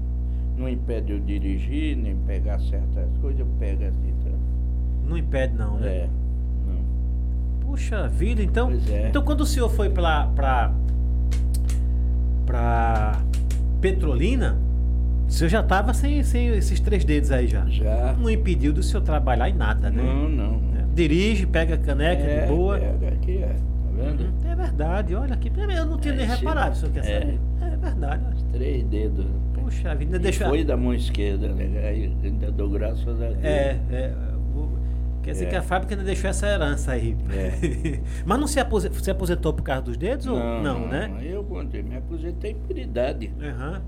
Speaker 2: Não impede eu dirigir, nem pegar certas coisas, eu pego assim. Tá?
Speaker 1: Não impede, não, né?
Speaker 2: É, não.
Speaker 1: Puxa vida, então.
Speaker 2: Pois é.
Speaker 1: Então quando o senhor foi pra. pra. pra Petrolina, o senhor já tava sem, sem esses três dedos aí já.
Speaker 2: Já.
Speaker 1: Não impediu do senhor trabalhar em nada, né?
Speaker 2: Não, não.
Speaker 1: É, Dirige, pega a caneca de boa. É.
Speaker 2: Pega aqui, é. Tá vendo?
Speaker 1: verdade, olha aqui. Eu não tinha
Speaker 2: É,
Speaker 1: nem
Speaker 2: chega.
Speaker 1: reparado, o senhor quer
Speaker 2: É.
Speaker 1: saber? É, verdade. olha.
Speaker 2: Três dedos.
Speaker 1: Puxa vida, ainda
Speaker 2: E
Speaker 1: deixa.
Speaker 2: Foi da mão esquerda, né? Aí ainda dou graças a Deus.
Speaker 1: É, é, o- Quer dizer
Speaker 2: É.
Speaker 1: que a fábrica ainda deixou essa herança aí.
Speaker 2: É.
Speaker 1: Mas não se aposentou, se aposentou por causa dos dedos? ou... não, né?
Speaker 2: Eu contei, me aposentei por idade.
Speaker 1: Aham.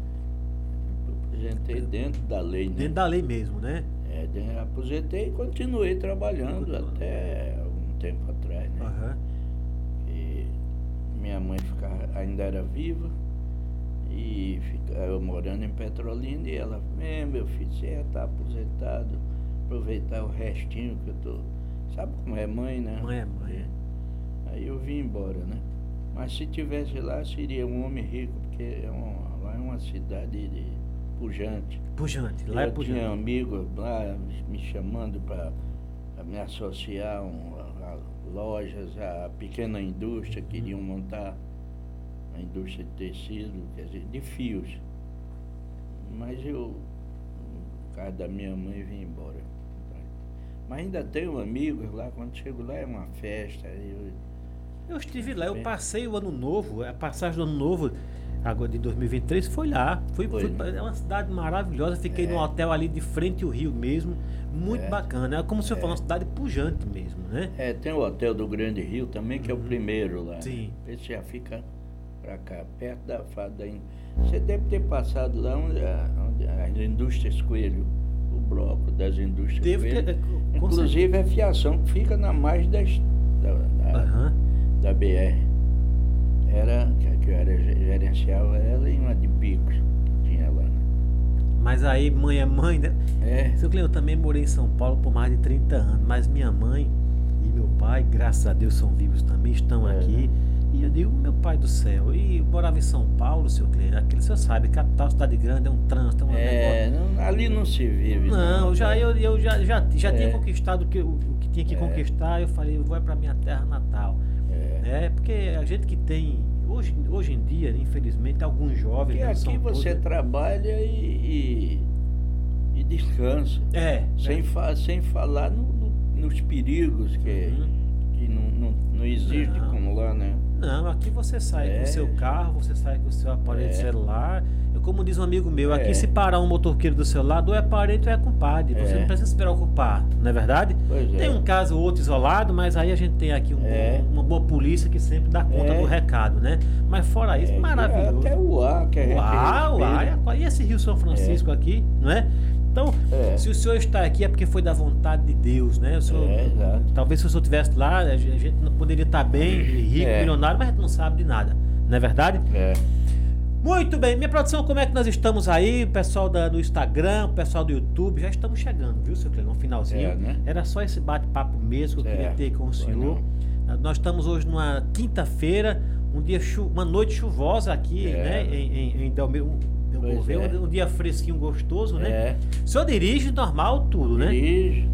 Speaker 2: Me aposentei dentro da lei, né?
Speaker 1: Dentro da lei mesmo, né?
Speaker 2: É, de- aposentei e continuei trabalhando
Speaker 1: Continuou.
Speaker 2: até um tempo atrás, né?
Speaker 1: Aham.
Speaker 2: E minha mãe ficava, ainda era viva e ficava eu morando em Petrolina e ela, é, meu filho, você já está aposentado, aproveitar o restinho que eu tô. Sabe como é mãe, né?
Speaker 1: Mãe é mãe.
Speaker 2: Aí eu vim embora, né? Mas se tivesse lá, seria um homem rico, porque é uma- lá é uma cidade de pujante.
Speaker 1: Pujante, lá é
Speaker 2: eu tinha
Speaker 1: pujante.
Speaker 2: amigos lá me chamando para me associar a, um- a- a lojas, a pequena indústria,
Speaker 1: Uhum.
Speaker 2: queriam montar a indústria de tecido, quer dizer, de fios. Mas eu, por causa da minha mãe, vim embora. Mas ainda tenho amigos lá, quando chego lá é uma festa. Eu,
Speaker 1: Eu estive lá, eu passei o ano novo, a passagem do ano novo agora de 2023 foi lá. Fui,
Speaker 2: Foi,
Speaker 1: fui
Speaker 2: né?
Speaker 1: pra- é uma cidade maravilhosa, fiquei
Speaker 2: É.
Speaker 1: num hotel ali de frente ao rio mesmo, muito
Speaker 2: É.
Speaker 1: bacana. É como se eu fosse uma cidade pujante mesmo, né?
Speaker 2: É, tem o Hotel do Grande Rio também, que é o primeiro lá. né?
Speaker 1: Uhum. Sim.
Speaker 2: Esse já fica pra cá, perto da fada. Você deve ter passado lá onde, a- onde as indústrias Coelho, o bloco das indústrias
Speaker 1: Devo ter- é,
Speaker 2: Coelho.
Speaker 1: com
Speaker 2: Inclusive a fiação que fica na margem das- da, da,
Speaker 1: Aham.
Speaker 2: da BR. Era, que- que eu era, gerenciava ela e uma de picos que tinha lá. né?
Speaker 1: Mas aí mãe é mãe, né?
Speaker 2: É.
Speaker 1: Seu Cleio, eu também morei em São Paulo por mais de 30 anos, mas minha mãe e meu pai, graças a Deus, são vivos também, estão
Speaker 2: É.
Speaker 1: aqui. E eu digo, meu pai do céu, e eu morava em São Paulo, seu Cleio, aquele, você sabe, capital, cidade grande, é um trânsito, é um negócio.
Speaker 2: É, não- ali não se vive.
Speaker 1: Não, já, eu, eu já, já, já tinha
Speaker 2: É.
Speaker 1: conquistado o que, eu- o que tinha que
Speaker 2: É.
Speaker 1: conquistar, eu falei, eu vou para minha terra natal.
Speaker 2: É.
Speaker 1: É, porque a gente que tem, hoje, hoje em dia, infelizmente, alguns jovens...
Speaker 2: Porque
Speaker 1: né,
Speaker 2: aqui
Speaker 1: são
Speaker 2: você
Speaker 1: todos-
Speaker 2: trabalha e, e, e descansa,
Speaker 1: É,
Speaker 2: sem, fa- sem falar no- no- nos perigos que,
Speaker 1: Uhum.
Speaker 2: que não, não, não existe
Speaker 1: Não.
Speaker 2: como lá, né?
Speaker 1: Não, aqui você sai com
Speaker 2: É.
Speaker 1: o seu carro, você sai com o seu aparelho
Speaker 2: É.
Speaker 1: celular. Eu, como diz um amigo meu, aqui
Speaker 2: É.
Speaker 1: se parar um motorqueiro do seu lado, ou é parente ou é compadre. Você
Speaker 2: É.
Speaker 1: não precisa se preocupar, não é verdade?
Speaker 2: Pois é.
Speaker 1: Tem um caso ou outro isolado, mas aí a gente tem aqui um
Speaker 2: É.
Speaker 1: bom- uma boa polícia que sempre dá conta
Speaker 2: É.
Speaker 1: do recado, né? Mas fora isso,
Speaker 2: É, e
Speaker 1: maravilhoso.
Speaker 2: Até é o ar que a gente
Speaker 1: Uau,
Speaker 2: respira.
Speaker 1: uau, e esse Rio São Francisco aqui, não é? Então,
Speaker 2: É.
Speaker 1: se o senhor está aqui é porque foi da vontade de Deus, né? O senhor,
Speaker 2: É, exato.
Speaker 1: talvez se o senhor estivesse lá, a gen- a gente não poderia estar bem, rico,
Speaker 2: É.
Speaker 1: milionário, mas a gente não sabe de nada, não é verdade?
Speaker 2: É.
Speaker 1: Muito bem, minha produção, como é que nós estamos aí? O pessoal da- do Instagram, o pessoal do YouTube, já estamos chegando, viu, seu Cleiton? No finalzinho.
Speaker 2: É, né?
Speaker 1: Era só esse bate-papo mesmo que eu queria
Speaker 2: É,
Speaker 1: ter com o
Speaker 2: foi
Speaker 1: senhor. Ah, Nós estamos hoje numa quinta-feira, um dia chu- uma noite chuvosa aqui,
Speaker 2: É.
Speaker 1: né? Em, em, em Delmeu,
Speaker 2: Pois
Speaker 1: Delmeu,
Speaker 2: é.
Speaker 1: um dia fresquinho, gostoso, né?
Speaker 2: É.
Speaker 1: O senhor dirige normal tudo, né?
Speaker 2: Dirige,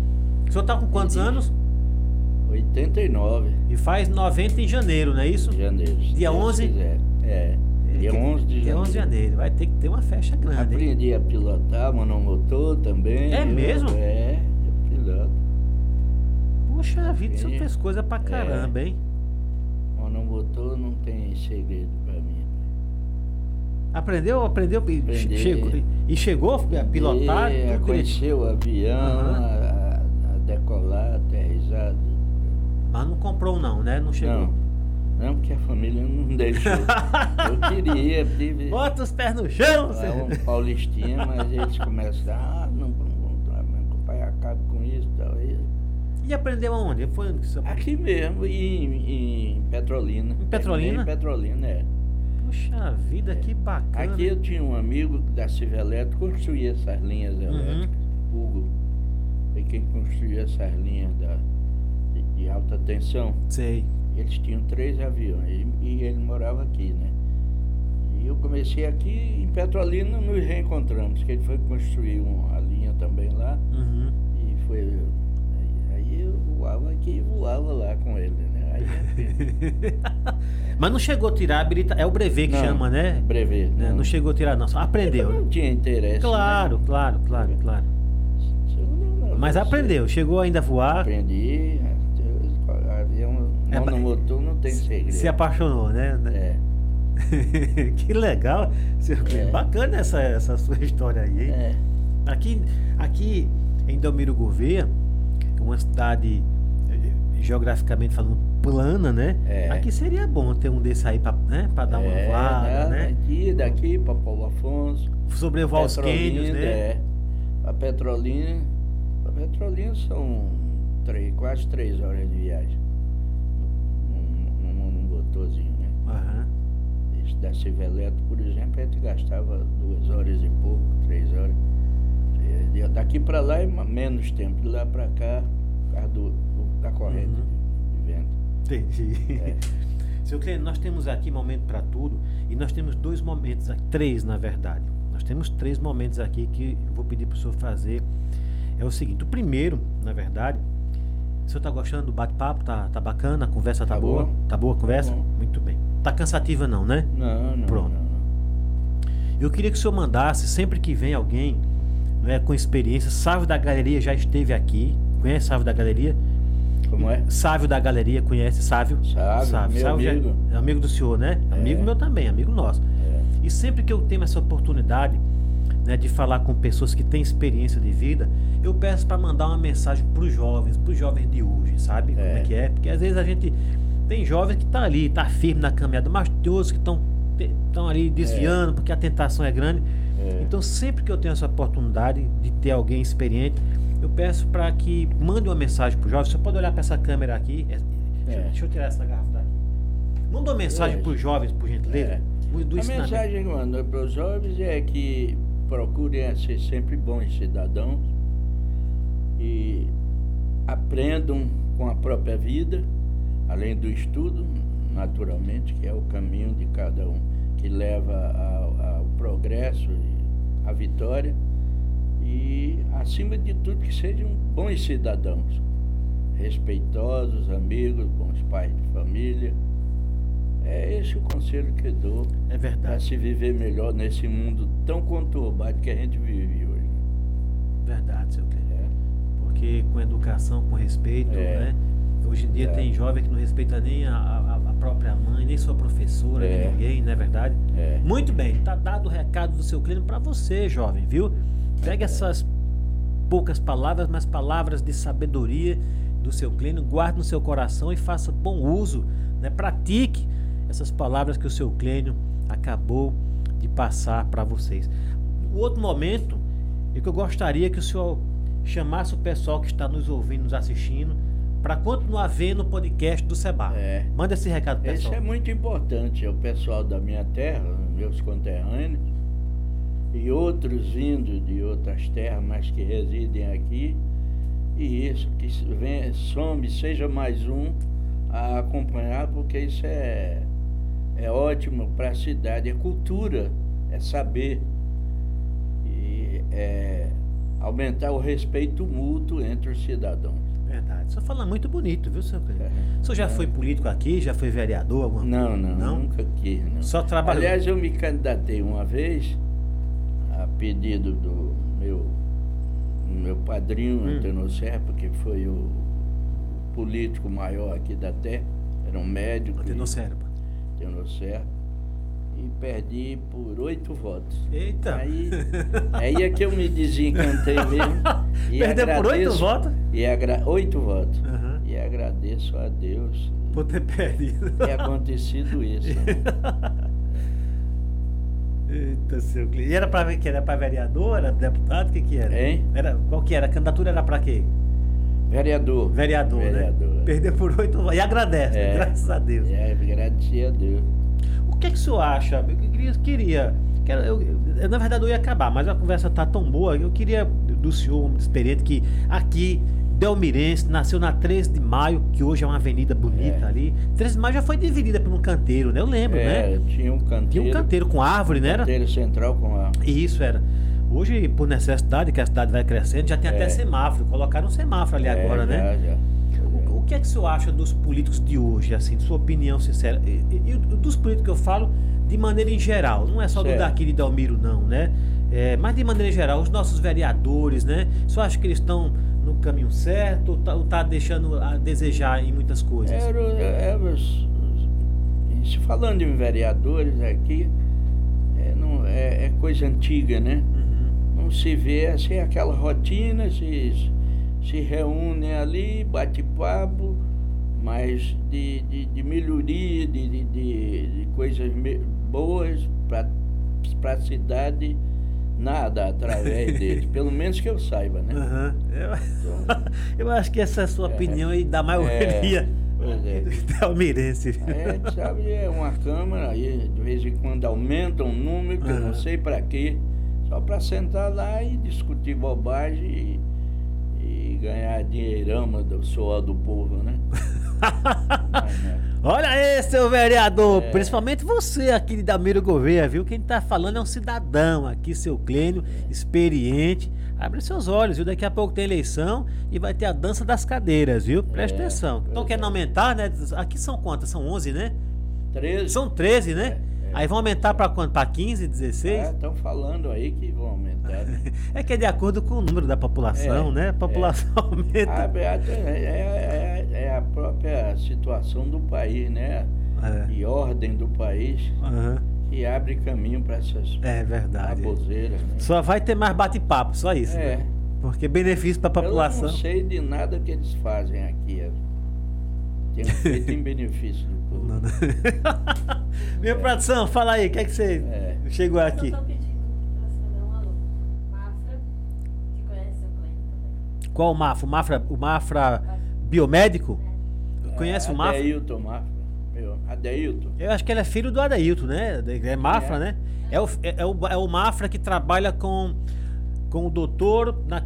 Speaker 1: O senhor tá com quantos
Speaker 2: Dirijo.
Speaker 1: anos?
Speaker 2: 89
Speaker 1: E faz 90 em janeiro, não é isso?
Speaker 2: de janeiro. se
Speaker 1: Dia
Speaker 2: Deus
Speaker 1: 11?
Speaker 2: quiser. É. Dia 11
Speaker 1: Dia
Speaker 2: de
Speaker 1: é
Speaker 2: janeiro.
Speaker 1: 11 de janeiro. Vai ter que ter uma festa grande, hein?
Speaker 2: Aprendi a pilotar monomotor também.
Speaker 1: né? É
Speaker 2: eu-
Speaker 1: mesmo?
Speaker 2: É, eu piloto.
Speaker 1: Puxa vida, o senhor
Speaker 2: Aprendi. É.
Speaker 1: fez coisa pra caramba, hein?
Speaker 2: Monomotor não tem segredo pra mim.
Speaker 1: Aprendeu? Aprendeu? e
Speaker 2: Aprendi.
Speaker 1: Chegou, e chegou a pilotar?
Speaker 2: E
Speaker 1: tudo direitinho.
Speaker 2: conheceu É, o avião,
Speaker 1: Aham.
Speaker 2: a, a decolar, aterrissar.
Speaker 1: Mas não comprou não, né? Não chegou.
Speaker 2: Não, não, porque a família não deixou. Eu queria, tive
Speaker 1: Bota os pés no chão!
Speaker 2: lá
Speaker 1: você-
Speaker 2: um paulistinha, mas eles começaram, ah, não vamos voltar mesmo, que o pai acaba com isso e tal. E-
Speaker 1: E aprendeu aonde? Foi onde que você...
Speaker 2: Aqui mesmo, em, em Petrolina.
Speaker 1: Em Petrolina?
Speaker 2: Em Petrolina, é.
Speaker 1: Puxa vida, que bacana.
Speaker 2: Aqui eu tinha um amigo da Silva Elétrica, construía essas linhas
Speaker 1: Uhum.
Speaker 2: elétricas. Hugo. Foi quem construiu essas linhas da, de, de alta tensão.
Speaker 1: Sei.
Speaker 2: Eles tinham três aviões e, e ele morava aqui, né? E eu comecei aqui em Petrolina, nos reencontramos, que ele foi construir uma linha também lá.
Speaker 1: Uhum.
Speaker 2: E foi. aí- Aí eu voava aqui e voava lá com ele, né? Aí
Speaker 1: Mas não chegou a tirar a habilitação. É o brevet que
Speaker 2: Não,
Speaker 1: chama, né?
Speaker 2: Brevê.
Speaker 1: Né, Não chegou a tirar não, só
Speaker 2: Eu né?
Speaker 1: aprendeu.
Speaker 2: não tinha interesse.
Speaker 1: Claro, claro, claro, claro.
Speaker 2: né? Eu não- não-
Speaker 1: Mas
Speaker 2: não sei.
Speaker 1: aprendeu, chegou ainda a voar,
Speaker 2: Aprendi. é, eu- Avião
Speaker 1: É,
Speaker 2: monomotor não tem segredo.
Speaker 1: se apaixonou, né?
Speaker 2: É,
Speaker 1: que legal. seu Cleber.
Speaker 2: É.
Speaker 1: Bacana essa, essa sua história aí. hein?
Speaker 2: é.
Speaker 1: Aqui, aqui em Belmiro Gouveia, uma cidade eh, geograficamente falando plana, né?
Speaker 2: É.
Speaker 1: Aqui seria bom ter um desse aí para né? pra dar uma
Speaker 2: é,
Speaker 1: voada, né?
Speaker 2: Daqui, daqui para Paulo Afonso.
Speaker 1: Sobrevoar os quênios, né?
Speaker 2: Petrolina, É. A Petrolina. A Petrolina são três, quase três horas de viagem. Num, num, num motorzinho, né?
Speaker 1: Aham.
Speaker 2: Esse da Silveleto, por exemplo, a gente gastava duas horas e pouco, três horas. E de- Daqui para lá é ma- menos tempo, de lá para cá, por causa do, do- da corrente de vento.
Speaker 1: Entendi. É. Seu cliente, nós temos aqui momento para tudo e nós temos dois momentos, aqui- três na verdade. Nós temos três momentos aqui que eu vou pedir para o senhor fazer. É o seguinte: o primeiro, na verdade, o senhor está gostando do bate-papo? Tá, tá bacana? A conversa tá,
Speaker 2: Tá
Speaker 1: boa?
Speaker 2: boa.
Speaker 1: Tá boa a conversa?
Speaker 2: Tá bom.
Speaker 1: Muito bem. Tá cansativa, não, né?
Speaker 2: Não, não.
Speaker 1: Pronto.
Speaker 2: não, não.
Speaker 1: Eu queria que o senhor mandasse, sempre que vem alguém né, com experiência, Sávio da Galeria já esteve aqui. Conhece Sávio da Galeria?
Speaker 2: Como é?
Speaker 1: né? Sávio da Galeria, conhece Sávio?
Speaker 2: Sabe, meu
Speaker 1: já-
Speaker 2: amigo.
Speaker 1: é amigo do senhor, né?
Speaker 2: É.
Speaker 1: Amigo meu também, amigo nosso.
Speaker 2: É.
Speaker 1: E sempre que eu tenho essa oportunidade né, de falar com pessoas que têm experiência de vida, eu peço para mandar uma mensagem para os jovens, para os jovens de hoje, sabe? Como é
Speaker 2: É.
Speaker 1: que é? Porque às vezes a gente tem jovens que tá ali, tá firme na caminhada, mas tem outros que estão estão ali desviando porque a tentação é grande.
Speaker 2: É.
Speaker 1: Então sempre que eu tenho essa oportunidade de ter alguém experiente, eu peço para que mande uma mensagem para o jovem. Você pode olhar para essa câmera aqui. É- Deixa, eu-
Speaker 2: É.
Speaker 1: deixa eu tirar essa garrafa daqui. Manda uma mensagem
Speaker 2: É.
Speaker 1: para os jovens, por gentileza.
Speaker 2: É.
Speaker 1: do- do né?
Speaker 2: a
Speaker 1: ensinamento.
Speaker 2: mensagem que mandou para os jovens é que procurem ser sempre bons cidadãos e aprendam com a própria vida, além do estudo, naturalmente, que é o caminho de cada um, que leva ao, ao progresso e à vitória. E, acima de tudo, que sejam bons cidadãos, respeitosos, amigos, bons pais de família. É esse o conselho que eu dou
Speaker 1: É
Speaker 2: para
Speaker 1: verdade,
Speaker 2: se viver melhor nesse mundo tão conturbado que a gente vive hoje.
Speaker 1: verdade, seu Cleide.
Speaker 2: né?
Speaker 1: Porque com educação, com respeito,
Speaker 2: É.
Speaker 1: né? Hoje em dia
Speaker 2: É.
Speaker 1: tem jovem que não respeita nem a, a- a própria mãe, nem sua professora,
Speaker 2: É.
Speaker 1: nem ninguém, não é verdade?
Speaker 2: É.
Speaker 1: Muito bem, tá dado o recado do seu cliente para você, jovem, viu? Pegue essas poucas palavras, mas palavras de sabedoria do seu cliente, guarde no seu coração e faça bom uso, né? Pratique essas palavras que o seu cliente acabou de passar para vocês. O outro momento é que eu gostaria que o senhor chamasse o pessoal que está nos ouvindo, nos assistindo, para continuar vendo o podcast do Seba.
Speaker 2: É.
Speaker 1: Manda esse recado, pro
Speaker 2: Isso
Speaker 1: pessoal.
Speaker 2: é muito importante. É o pessoal da minha terra, meus conterrâneos, e outros vindo de outras terras, mas que residem aqui. E isso, que se venha- some, seja mais um a acompanhar, porque isso é, é ótimo para a cidade. É cultura, é saber. E é aumentar o respeito mútuo entre os cidadãos.
Speaker 1: Verdade. Só fala muito bonito, viu, seu Cleide? O senhor já foi político aqui? Já foi vereador? Alguma...
Speaker 2: Não, não,
Speaker 1: Não?
Speaker 2: nunca quis, não.
Speaker 1: Só trabalhou.
Speaker 2: Aliás, eu me candidatei uma vez a pedido do meu, meu padrinho,
Speaker 1: Hum.
Speaker 2: Antônio Serpa, que foi o político maior aqui da terra, era um médico.
Speaker 1: Antenou cérebro.
Speaker 2: Antônio Serpa. e perdi por oito votos.
Speaker 1: Eita!
Speaker 2: Aí, aí é que eu me desencantei mesmo. e
Speaker 1: Perdeu por oito
Speaker 2: agradeço-
Speaker 1: votos?
Speaker 2: E agra... Oito votos.
Speaker 1: Aham.
Speaker 2: E agradeço a Deus
Speaker 1: Por ter perdido.
Speaker 2: ter acontecido isso. né?
Speaker 1: Eita, seu cliente. E era pra, ver que era pra vereador, era deputado, o que que era?
Speaker 2: Hein?
Speaker 1: era? Qual que era? A candidatura era pra quê?
Speaker 2: Vereador.
Speaker 1: Vereador, né? Perdeu por oito votos. E agradece, né?
Speaker 2: É.
Speaker 1: graças a Deus.
Speaker 2: É, agradeci a Deus.
Speaker 1: O que, é que o senhor acha? Eu queria. queria quero- eu- eu- na verdade, eu ia acabar, mas a conversa tá tão boa. Eu queria do senhor, um homem experiente, que aqui, Delmirense, nasceu na 13 de maio, que hoje é uma avenida bonita
Speaker 2: É.
Speaker 1: ali. 13 de maio já foi dividida por um canteiro, né? Eu lembro,
Speaker 2: é,
Speaker 1: né?
Speaker 2: Tinha um canteiro.
Speaker 1: Tinha um canteiro com árvore, né? Era?
Speaker 2: canteiro central com a.
Speaker 1: E isso era. Hoje, por necessidade, que a cidade vai crescendo, já tem até
Speaker 2: É.
Speaker 1: semáforo. Colocaram um semáforo ali
Speaker 2: É,
Speaker 1: agora, né?
Speaker 2: já, já.
Speaker 1: O, o que é que o senhor acha dos políticos de hoje, assim, sua opinião sincera? E, e- e dos políticos que eu falo de maneira em geral, não é só do
Speaker 2: Certo.
Speaker 1: daqui de Dalmiro, não, né? É, mas de maneira em geral, os nossos vereadores, né? O senhor acha que eles estão no caminho certo ou tá, ou tá deixando a desejar em muitas coisas?
Speaker 2: Era, era os- os- se falando em vereadores aqui, é, não- é- é coisa antiga, né?
Speaker 1: Uhum.
Speaker 2: Não se vê assim aquela rotina, se, se reúnem ali, bate papo, mas de, de, de melhoria, de, de, de- de coisas me- boas para a cidade, nada através deles. Pelo menos que eu saiba, né?
Speaker 1: Aham.
Speaker 2: Então,
Speaker 1: Eu, eu acho que essa é a sua
Speaker 2: É.
Speaker 1: opinião aí da maioria
Speaker 2: pois
Speaker 1: do
Speaker 2: é.
Speaker 1: Dalmirense.
Speaker 2: É, sabe, é uma câmara, aí de vez em quando aumenta um número, que eu
Speaker 1: Aham.
Speaker 2: não sei para quê, só para sentar lá e discutir bobagem e, e ganhar dinheirama do suor do povo, né? Mas, né?
Speaker 1: Olha aí, seu vereador,
Speaker 2: É.
Speaker 1: principalmente você aqui de Damiro Gouveia, viu? Quem tá falando é um cidadão aqui, seu Clênio, experiente. Abre seus olhos, viu? Daqui a pouco tem eleição e vai ter a dança das cadeiras, viu? Presta
Speaker 2: É,
Speaker 1: atenção. Então
Speaker 2: pois
Speaker 1: querendo
Speaker 2: é.
Speaker 1: aumentar, né? Aqui são quantas? São 11, né?
Speaker 2: 13.
Speaker 1: São 13, né?
Speaker 2: É, é.
Speaker 1: Aí vão aumentar pra quanto? Pra 15, 16?
Speaker 2: Estão é, falando aí que vão aumentar. né?
Speaker 1: É que é de acordo com o número da população,
Speaker 2: É,
Speaker 1: né? A população
Speaker 2: Ah,
Speaker 1: aumenta.
Speaker 2: Beata, é, é- é- é a própria situação do país, né?
Speaker 1: É.
Speaker 2: E ordem do país
Speaker 1: Aham.
Speaker 2: que abre caminho para essas
Speaker 1: É verdade.
Speaker 2: baboseiras, né?
Speaker 1: Só vai ter mais bate-papo, só isso.
Speaker 2: É.
Speaker 1: Né? Porque benefício pra
Speaker 2: Eu
Speaker 1: população.
Speaker 2: não sei de nada que eles fazem aqui. é. Tem um feito em benefício do povo.
Speaker 1: Não, não. Minha produção, fala aí, o que é que você
Speaker 2: É.
Speaker 1: chegou aqui?
Speaker 3: Eu tô pedindo pra você dar um alô. Mafra, que conhece o Cleiton também.
Speaker 1: Qual o Mafra? O Mafra, o Mafra biomédico? Conhece o Mafra?
Speaker 2: É, Adeilton Mafra. Meu, Adeilton.
Speaker 1: Eu acho que ele é filho do Adailto, né? É Mafra,
Speaker 2: É.
Speaker 1: né? É o, é, é o, é o Mafra que trabalha com, com o doutor. Na,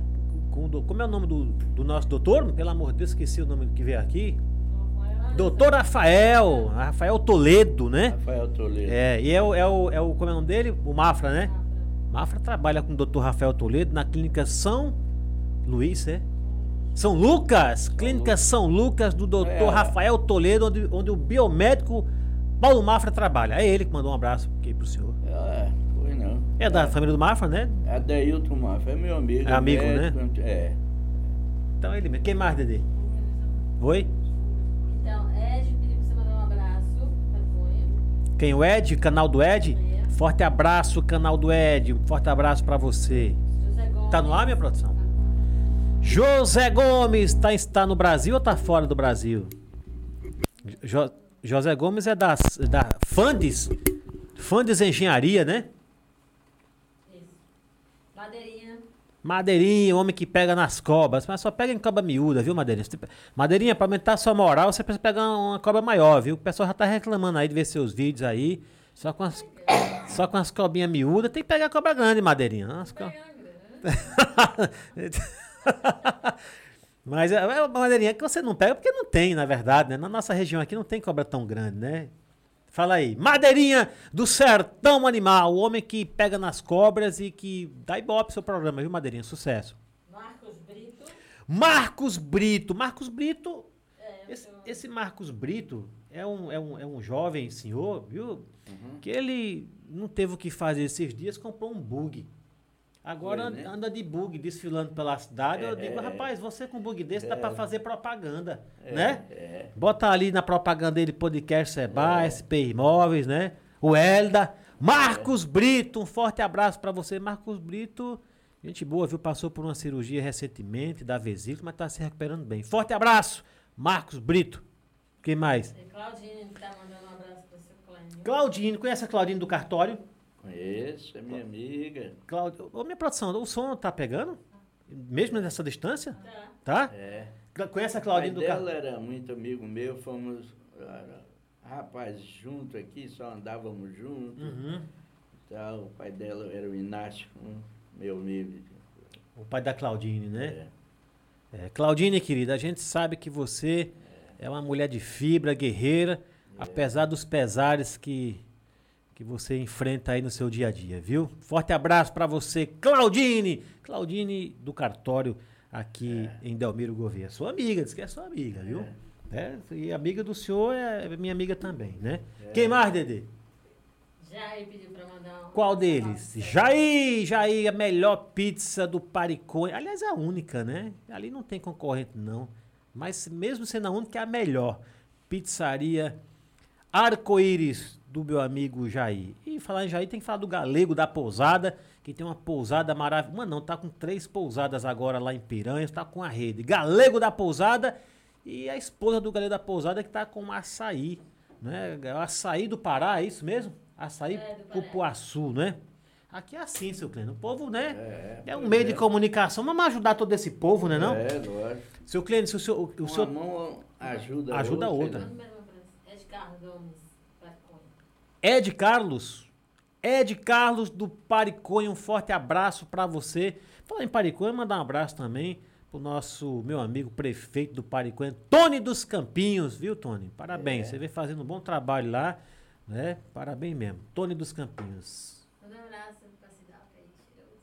Speaker 1: com o do- como é o nome do, do nosso doutor? Pelo amor de Deus, esqueci o nome que veio aqui. Doutor Rafael, Rafael Toledo, né?
Speaker 2: Rafael Toledo.
Speaker 1: É, e é o, é, o, é o. Como é o nome dele? O Mafra, né? Mafra trabalha com o Dr. Rafael Toledo na clínica São Luís, é? São Lucas, clínica
Speaker 2: Lucas.
Speaker 1: São Lucas do Dr.
Speaker 2: É.
Speaker 1: Rafael Toledo, onde, onde o biomédico Paulo Mafra trabalha. É ele que mandou um abraço aqui pro senhor.
Speaker 2: Ah, pois não.
Speaker 1: É da família do Mafra, né?
Speaker 2: Adeilton Mafra é meu amigo.
Speaker 1: É amigo, né?
Speaker 2: médico, É.
Speaker 1: Então é ele mesmo. Quem mais, Dedê? Oi?
Speaker 3: Então, Ed, pedi pra você mandar um abraço pra Cunha.
Speaker 1: Quem? O Ed? Canal do Ed?
Speaker 3: É.
Speaker 1: Forte abraço, canal do Ed. Um forte abraço pra você.
Speaker 3: José Gomes.
Speaker 1: Tá no ar, minha produção? José Gomes tá, está no Brasil ou tá fora do Brasil? Jo- José Gomes é das, da Fandes, Fandes Engenharia, né?
Speaker 3: Isso. Madeirinha.
Speaker 1: Madeirinha, homem que pega nas cobras, mas só pega em cobra miúda, viu, Madeirinha? Você tem- Madeirinha, pra aumentar sua moral, você precisa pegar um, uma cobra maior, viu? O pessoal já tá reclamando aí de ver seus vídeos aí, só com as, só com as cobrinhas miúdas, tem que pegar cobra grande, Madeirinha. As co- Mas é é uma madeirinha que você não pega porque não tem, na verdade, né? Na nossa região aqui não tem cobra tão grande, né? Fala aí. Madeirinha do Sertão Animal, o homem que pega nas cobras e que dá ibope pro seu programa, viu, Madeirinha? Sucesso.
Speaker 3: Marcos Brito.
Speaker 1: Marcos Brito. Marcos Brito.
Speaker 3: É,
Speaker 1: Esse,
Speaker 3: eu-
Speaker 1: esse Marcos Brito é um, é, um, é um jovem senhor, viu?
Speaker 2: Uhum.
Speaker 1: Que ele não teve o que fazer esses dias, comprou um bug. Agora
Speaker 2: Foi, né?
Speaker 1: anda de bug desfilando pela cidade. eu
Speaker 2: É,
Speaker 1: digo,
Speaker 2: é,
Speaker 1: rapaz, você com bug desse dá
Speaker 2: é.
Speaker 1: pra fazer propaganda,
Speaker 2: É,
Speaker 1: né?
Speaker 2: É.
Speaker 1: É. Bota ali na propaganda dele podcast Seba, SP Imóveis, né? O Elda. Marcos Brito, um forte abraço pra você. Marcos Brito, gente boa, viu? Passou por uma cirurgia recentemente da vesícula, mas tá se recuperando bem. Forte abraço, Marcos Brito. Quem mais?
Speaker 3: E Claudine tá mandando um abraço pra seu Clênio.
Speaker 1: Claudine, conhece a Claudine do cartório?
Speaker 2: Conheço, é minha amiga.
Speaker 1: Claudio, ô minha produção, o som tá pegando? Mesmo nessa distância?
Speaker 3: Tá.
Speaker 1: Tá?
Speaker 2: É.
Speaker 1: Cla- Conhece a
Speaker 2: O pai
Speaker 1: Claudine do
Speaker 2: dela é
Speaker 1: cartório?
Speaker 2: era muito amigo meu, fomos era, rapaz junto aqui, só andávamos juntos.
Speaker 1: Uhum.
Speaker 2: Tal. O pai dela era o Inácio, um meu amigo. É,
Speaker 1: O pai da Claudine, né? É, Claudine, querida, a gente sabe que você é uma mulher de fibra, guerreira, apesar dos pesares que, que você enfrenta aí no seu dia a dia, viu? Forte abraço pra você, Claudine! Claudine do cartório aqui em Delmiro Gouveia. Sua amiga, diz que é sua amiga, viu? É, e amiga do senhor é minha amiga também, né? Quem mais, Dedê?
Speaker 3: Jair pediu pra mandar um.
Speaker 1: Qual
Speaker 3: um
Speaker 1: deles?
Speaker 3: abraço.
Speaker 1: Jair, Jair, a melhor pizza do Paricone. Aliás, é a única, né? Ali não tem concorrente, não. Mas mesmo sendo a única, é a melhor. Pizzaria Arco-Íris, do meu amigo Jair. E falar em Jair, tem que falar do Galego da Pousada, que tem uma pousada maravilhosa. Mano, não, tá com três pousadas agora lá em Piranhas, tá com a rede. Galego da Pousada e a esposa do Galego da Pousada que tá com açaí, né? Açaí do Pará, é isso mesmo? Açaí
Speaker 3: É, do Pará.
Speaker 1: Cupuaçu, né? Aqui é assim, seu Clênio. O povo, né?
Speaker 2: É,
Speaker 1: É, um
Speaker 2: pois
Speaker 1: meio
Speaker 2: é.
Speaker 1: de comunicação. Vamos ajudar todo esse povo, né não?
Speaker 2: É, lógico.
Speaker 1: Seu Clênio, se o seu... O, o
Speaker 2: Uma
Speaker 1: seu...
Speaker 2: mão ajuda a
Speaker 1: Ajuda a outra.
Speaker 2: né?
Speaker 3: Manda mais um abraço. Edgar Gomes, pra Clênio.
Speaker 1: Ed Carlos. Ed Carlos do Pariconha, um forte abraço pra você. Falar em Pariconha, mandar um abraço também pro nosso meu amigo prefeito do Pariconha, Tony dos Campinhos, viu, Tony? Parabéns,
Speaker 2: É.
Speaker 1: você vem fazendo um bom trabalho lá, né? Parabéns mesmo, Tony dos Campinhos.
Speaker 3: Manda um abraço pra Cidalca aí, cheiroso.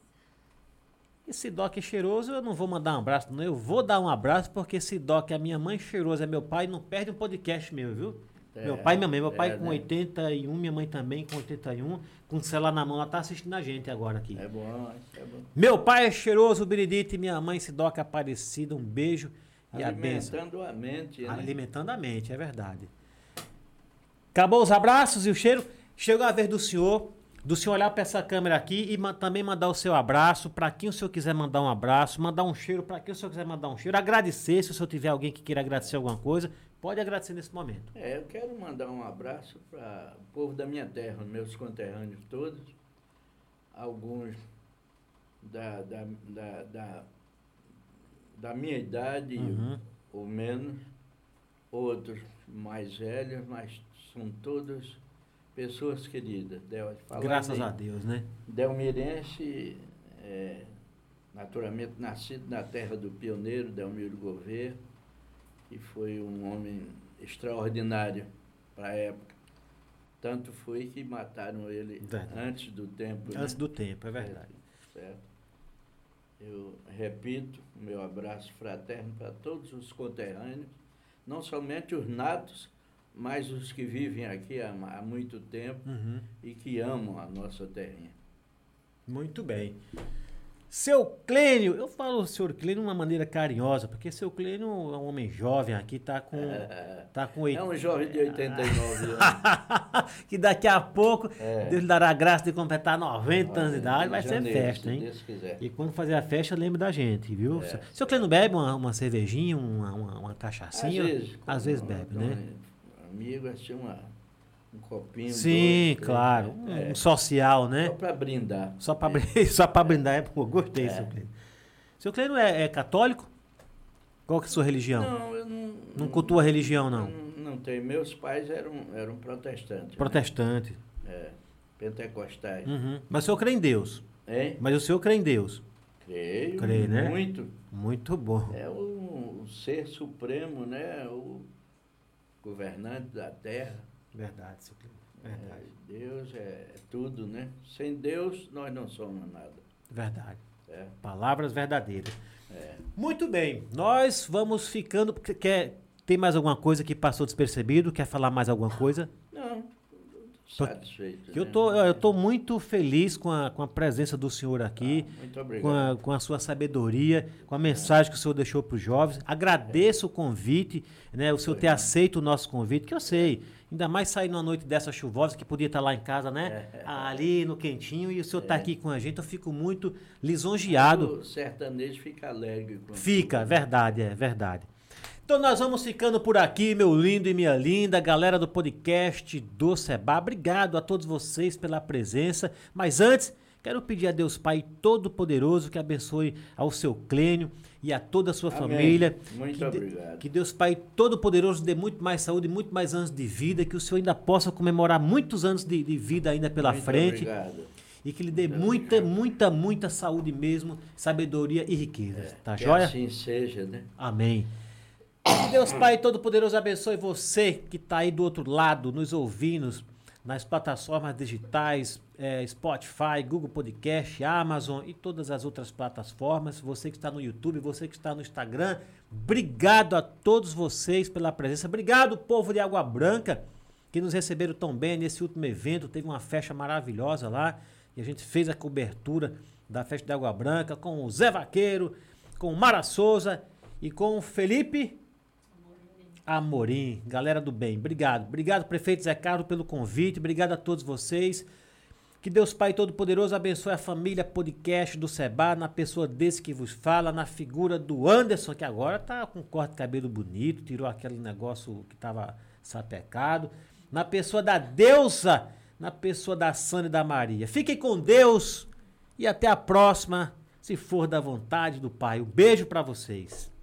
Speaker 1: Esse Doc é cheiroso, eu não vou mandar um abraço, não. Eu vou dar um abraço, porque esse Doc é a minha mãe cheirosa, é meu pai, não perde um podcast meu, viu?
Speaker 2: É,
Speaker 1: meu pai e minha mãe. Meu pai
Speaker 2: é,
Speaker 1: com
Speaker 2: né?
Speaker 1: 81, minha mãe também com 81. Com o celular na mão, ela tá assistindo a gente agora aqui.
Speaker 2: É bom, isso é bom.
Speaker 1: Meu pai é cheiroso, Benedito, e minha mãe Sidoca Aparecida. Um beijo e a benção.
Speaker 2: Alimentando a mente, né?
Speaker 1: Alimentando a mente, é verdade. Acabou os abraços e o cheiro. Chegou a vez do senhor, do senhor olhar para essa câmera aqui e ma- também mandar o seu abraço para quem o senhor quiser mandar um abraço, mandar um cheiro para quem o senhor quiser mandar um cheiro, agradecer se o senhor tiver alguém que queira agradecer alguma coisa, pode agradecer nesse momento.
Speaker 2: É, eu quero mandar um abraço para o povo da minha terra, meus conterrâneos todos, alguns da, da, da, da, da minha idade
Speaker 1: Uhum.
Speaker 2: ou menos, outros mais velhos, mas são todos pessoas queridas. Del- falar
Speaker 1: Graças
Speaker 2: em
Speaker 1: a Deus, né?
Speaker 2: Delmirense, é, naturalmente nascido na terra do pioneiro Delmiro Gouveia, que foi um homem extraordinário para a época. Tanto foi que mataram ele
Speaker 1: Verdade.
Speaker 2: antes do tempo. né?
Speaker 1: Antes do tempo, é verdade.
Speaker 2: Certo? Eu repito o meu abraço fraterno para todos os conterrâneos, não somente os natos, mas os que vivem aqui há, há muito tempo
Speaker 1: Uhum.
Speaker 2: e que amam a nossa terrinha.
Speaker 1: Muito bem. Seu Clênio, eu falo o senhor Clênio de uma maneira carinhosa, porque seu Clênio é um homem jovem aqui, tá com. Tá com oit-
Speaker 2: É um jovem de 89 anos.
Speaker 1: que daqui a pouco
Speaker 2: É.
Speaker 1: Ah. Deus lhe dará a graça de completar 90 anos de
Speaker 2: Em
Speaker 1: idade, vai ser
Speaker 2: janeiro,
Speaker 1: festa,
Speaker 2: se
Speaker 1: hein?
Speaker 2: Deus quiser.
Speaker 1: E quando fazer a festa, lembra da gente, viu?
Speaker 2: É.
Speaker 1: Seu Clênio bebe uma, uma cervejinha, uma, uma, uma cachaçinha?
Speaker 2: quando
Speaker 1: assim, vezes
Speaker 2: eu
Speaker 1: bebe,
Speaker 2: dou
Speaker 1: né?
Speaker 2: um Amigo, assim, uma, um copinho.
Speaker 1: Sim,
Speaker 2: dois, três,
Speaker 1: claro.
Speaker 2: né?
Speaker 1: Um,
Speaker 2: É,
Speaker 1: um social, né?
Speaker 2: Só para brindar.
Speaker 1: Só pra, brin- só pra brindar, é pô, gostei,
Speaker 2: É.
Speaker 1: seu Clênio. Seu Clênio é, é católico? Qual que é a sua religião?
Speaker 2: Não, eu não.
Speaker 1: Não cultua religião, não.
Speaker 2: Não, não tem. Meus pais eram, eram protestantes. né?
Speaker 1: Protestante.
Speaker 2: É, pentecostais.
Speaker 1: Uhum. Mas o senhor crê em Deus.
Speaker 2: Hein?
Speaker 1: Mas o senhor crê em Deus.
Speaker 2: Creio.
Speaker 1: Creio, né?
Speaker 2: Muito.
Speaker 1: Muito bom.
Speaker 2: É o, o ser supremo, né? O governante da terra.
Speaker 1: Verdade, seu Clênio. Verdade.
Speaker 2: É, Deus é tudo, né? Sem Deus, nós não somos nada.
Speaker 1: Verdade.
Speaker 2: É.
Speaker 1: Palavras verdadeiras.
Speaker 2: É.
Speaker 1: Muito bem. Nós vamos ficando. porque Quer, tem mais alguma coisa que passou despercebido? Quer falar mais alguma coisa?
Speaker 2: Não, satisfeito.
Speaker 1: Que Eu
Speaker 2: né?
Speaker 1: tô, eu tô muito feliz com a, com a presença do senhor aqui,
Speaker 2: Ah, muito
Speaker 1: com,
Speaker 2: obrigado.
Speaker 1: a, com a sua sabedoria, com a mensagem que o senhor deixou para os jovens. Agradeço o convite, né? O senhor ter aceito o nosso convite, que eu sei. Ainda mais sair numa noite dessa chuvosa, que podia estar lá em casa, né? Ali no quentinho, e o senhor está aqui com a gente. Eu fico muito lisonjeado.
Speaker 2: O sertanejo fica alegre. quando-
Speaker 1: Fica, verdade, é verdade. Então nós vamos ficando por aqui, meu lindo e minha linda, galera do podcast do Seba. Obrigado a todos vocês pela presença. Mas antes, quero pedir a Deus Pai Todo-Poderoso que abençoe ao seu Clênio e a toda a sua
Speaker 2: Amém.
Speaker 1: família.
Speaker 2: Muito
Speaker 1: que de-
Speaker 2: obrigado.
Speaker 1: que Deus Pai Todo-Poderoso dê muito mais saúde, muito mais anos de vida, que o Senhor ainda possa comemorar muitos anos de, de vida ainda pela
Speaker 2: Muito
Speaker 1: frente
Speaker 2: Obrigado.
Speaker 1: e que lhe dê muita, muita, muita saúde mesmo, sabedoria e riquezas. Tá
Speaker 2: que
Speaker 1: joia?
Speaker 2: assim seja, né?
Speaker 1: Amém. Que Deus Pai Todo-Poderoso abençoe você que está aí do outro lado, nos ouvindo, nas plataformas digitais, eh, Spotify, Google Podcast, Amazon e todas as outras plataformas. Você que está no YouTube, você que está no Instagram. Obrigado a todos vocês pela presença. Obrigado, povo de Água Branca, que nos receberam tão bem nesse último evento. Teve uma festa maravilhosa lá e a gente fez a cobertura da festa de Água Branca com o Zé Vaqueiro, com o Mara Souza e com o Felipe Amorim, galera do bem, obrigado. Obrigado, prefeito Zé Carlos, pelo convite. Obrigado a todos vocês. Que Deus Pai Todo-Poderoso abençoe a família podcast do Seba, na pessoa desse que vos fala, na figura do Anderson, que agora tá com um corte de cabelo bonito, tirou aquele negócio que tava sapecado. Na pessoa da deusa, na pessoa da Sânia e da Maria. Fiquem com Deus e até a próxima, se for da vontade do Pai. Um beijo para vocês.